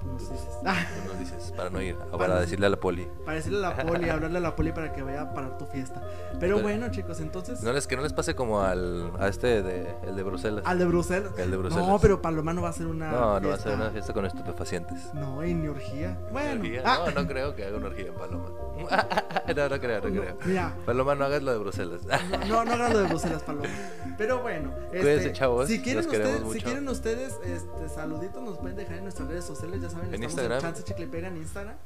Speaker 3: pues nos dices. Ah,
Speaker 2: Tú nos dices, para no ir, o
Speaker 3: Para
Speaker 2: para
Speaker 3: no-
Speaker 2: decirle a la poli.
Speaker 3: para decirle a la poli, hablarle a la poli para que vaya a parar tu fiesta. Pero
Speaker 2: Pero-
Speaker 3: bueno, chicos, entonces.
Speaker 2: No les, que no les pase como al, a este, de, el de Bruselas.
Speaker 3: Al de Bruselas.
Speaker 2: El de Bruselas.
Speaker 3: No, pero Paloma no va a ser una.
Speaker 2: No, no va a ser
Speaker 3: fiesta.
Speaker 2: una fiesta con estupefacientes.
Speaker 3: No, y ni orgía. Bueno.
Speaker 2: Orgía,
Speaker 3: ah,
Speaker 2: No, no creo que haga una orgía en Paloma. *laughs* no, no creo, no
Speaker 3: no,
Speaker 2: creo.
Speaker 3: mira,
Speaker 2: Paloma, no hagas lo de Bruselas. *laughs*
Speaker 3: No, no, no hagan lo de Bruselas, Paloma. Pero bueno, este,
Speaker 2: Cuídense, chavos,
Speaker 3: Si quieren,
Speaker 2: los queremos
Speaker 3: ustedes, si
Speaker 2: mucho.
Speaker 3: quieren ustedes, este, saluditos, nos pueden dejar en nuestras redes sociales. Ya saben,
Speaker 2: En
Speaker 3: estamos
Speaker 2: Instagram.
Speaker 3: en Chance Chicle Pega en Instagram.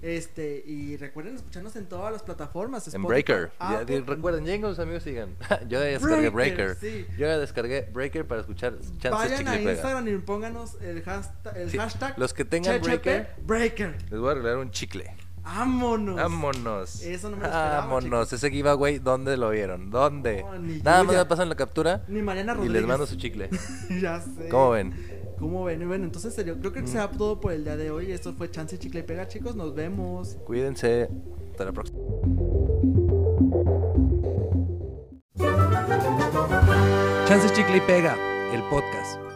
Speaker 3: Este, y recuerden escucharnos en todas las plataformas.
Speaker 2: en
Speaker 3: Spotify,
Speaker 2: Breaker. Ya,
Speaker 3: Apple,
Speaker 2: di- recuerden, lleguen con sus amigos y digan. *laughs* Yo ya descargué Breaker.
Speaker 3: Ah, Breaker, sí.
Speaker 2: Yo ya descargué Breaker para escuchar chances
Speaker 3: Vayan
Speaker 2: chicle
Speaker 3: a
Speaker 2: y pega.
Speaker 3: Instagram y pónganos el hashtag. El
Speaker 2: Sí,
Speaker 3: hashtag
Speaker 2: los que tengan
Speaker 3: CHP
Speaker 2: Breaker.
Speaker 3: Breaker.
Speaker 2: Les voy a regalar un chicle.
Speaker 3: Vámonos.
Speaker 2: Vámonos.
Speaker 3: Eso no me lo esperaba,
Speaker 2: Vámonos.
Speaker 3: chicos.
Speaker 2: Ese giveaway, ¿dónde lo vieron? ¿Dónde?
Speaker 3: No, ni
Speaker 2: Nada
Speaker 3: yo
Speaker 2: más
Speaker 3: ya.
Speaker 2: me pasan la captura
Speaker 3: Ni Mariana
Speaker 2: y
Speaker 3: Rodríguez.
Speaker 2: les mando su chicle.
Speaker 3: *laughs* ya sé.
Speaker 2: ¿Cómo ven?
Speaker 3: ¿Cómo ven? Y Bueno, entonces serio, creo que sea todo por el día de hoy. Esto fue Chance Chicle y Pega, chicos. Nos vemos.
Speaker 2: Cuídense. Hasta la próxima.
Speaker 1: Chances Chicle y Pega, el podcast.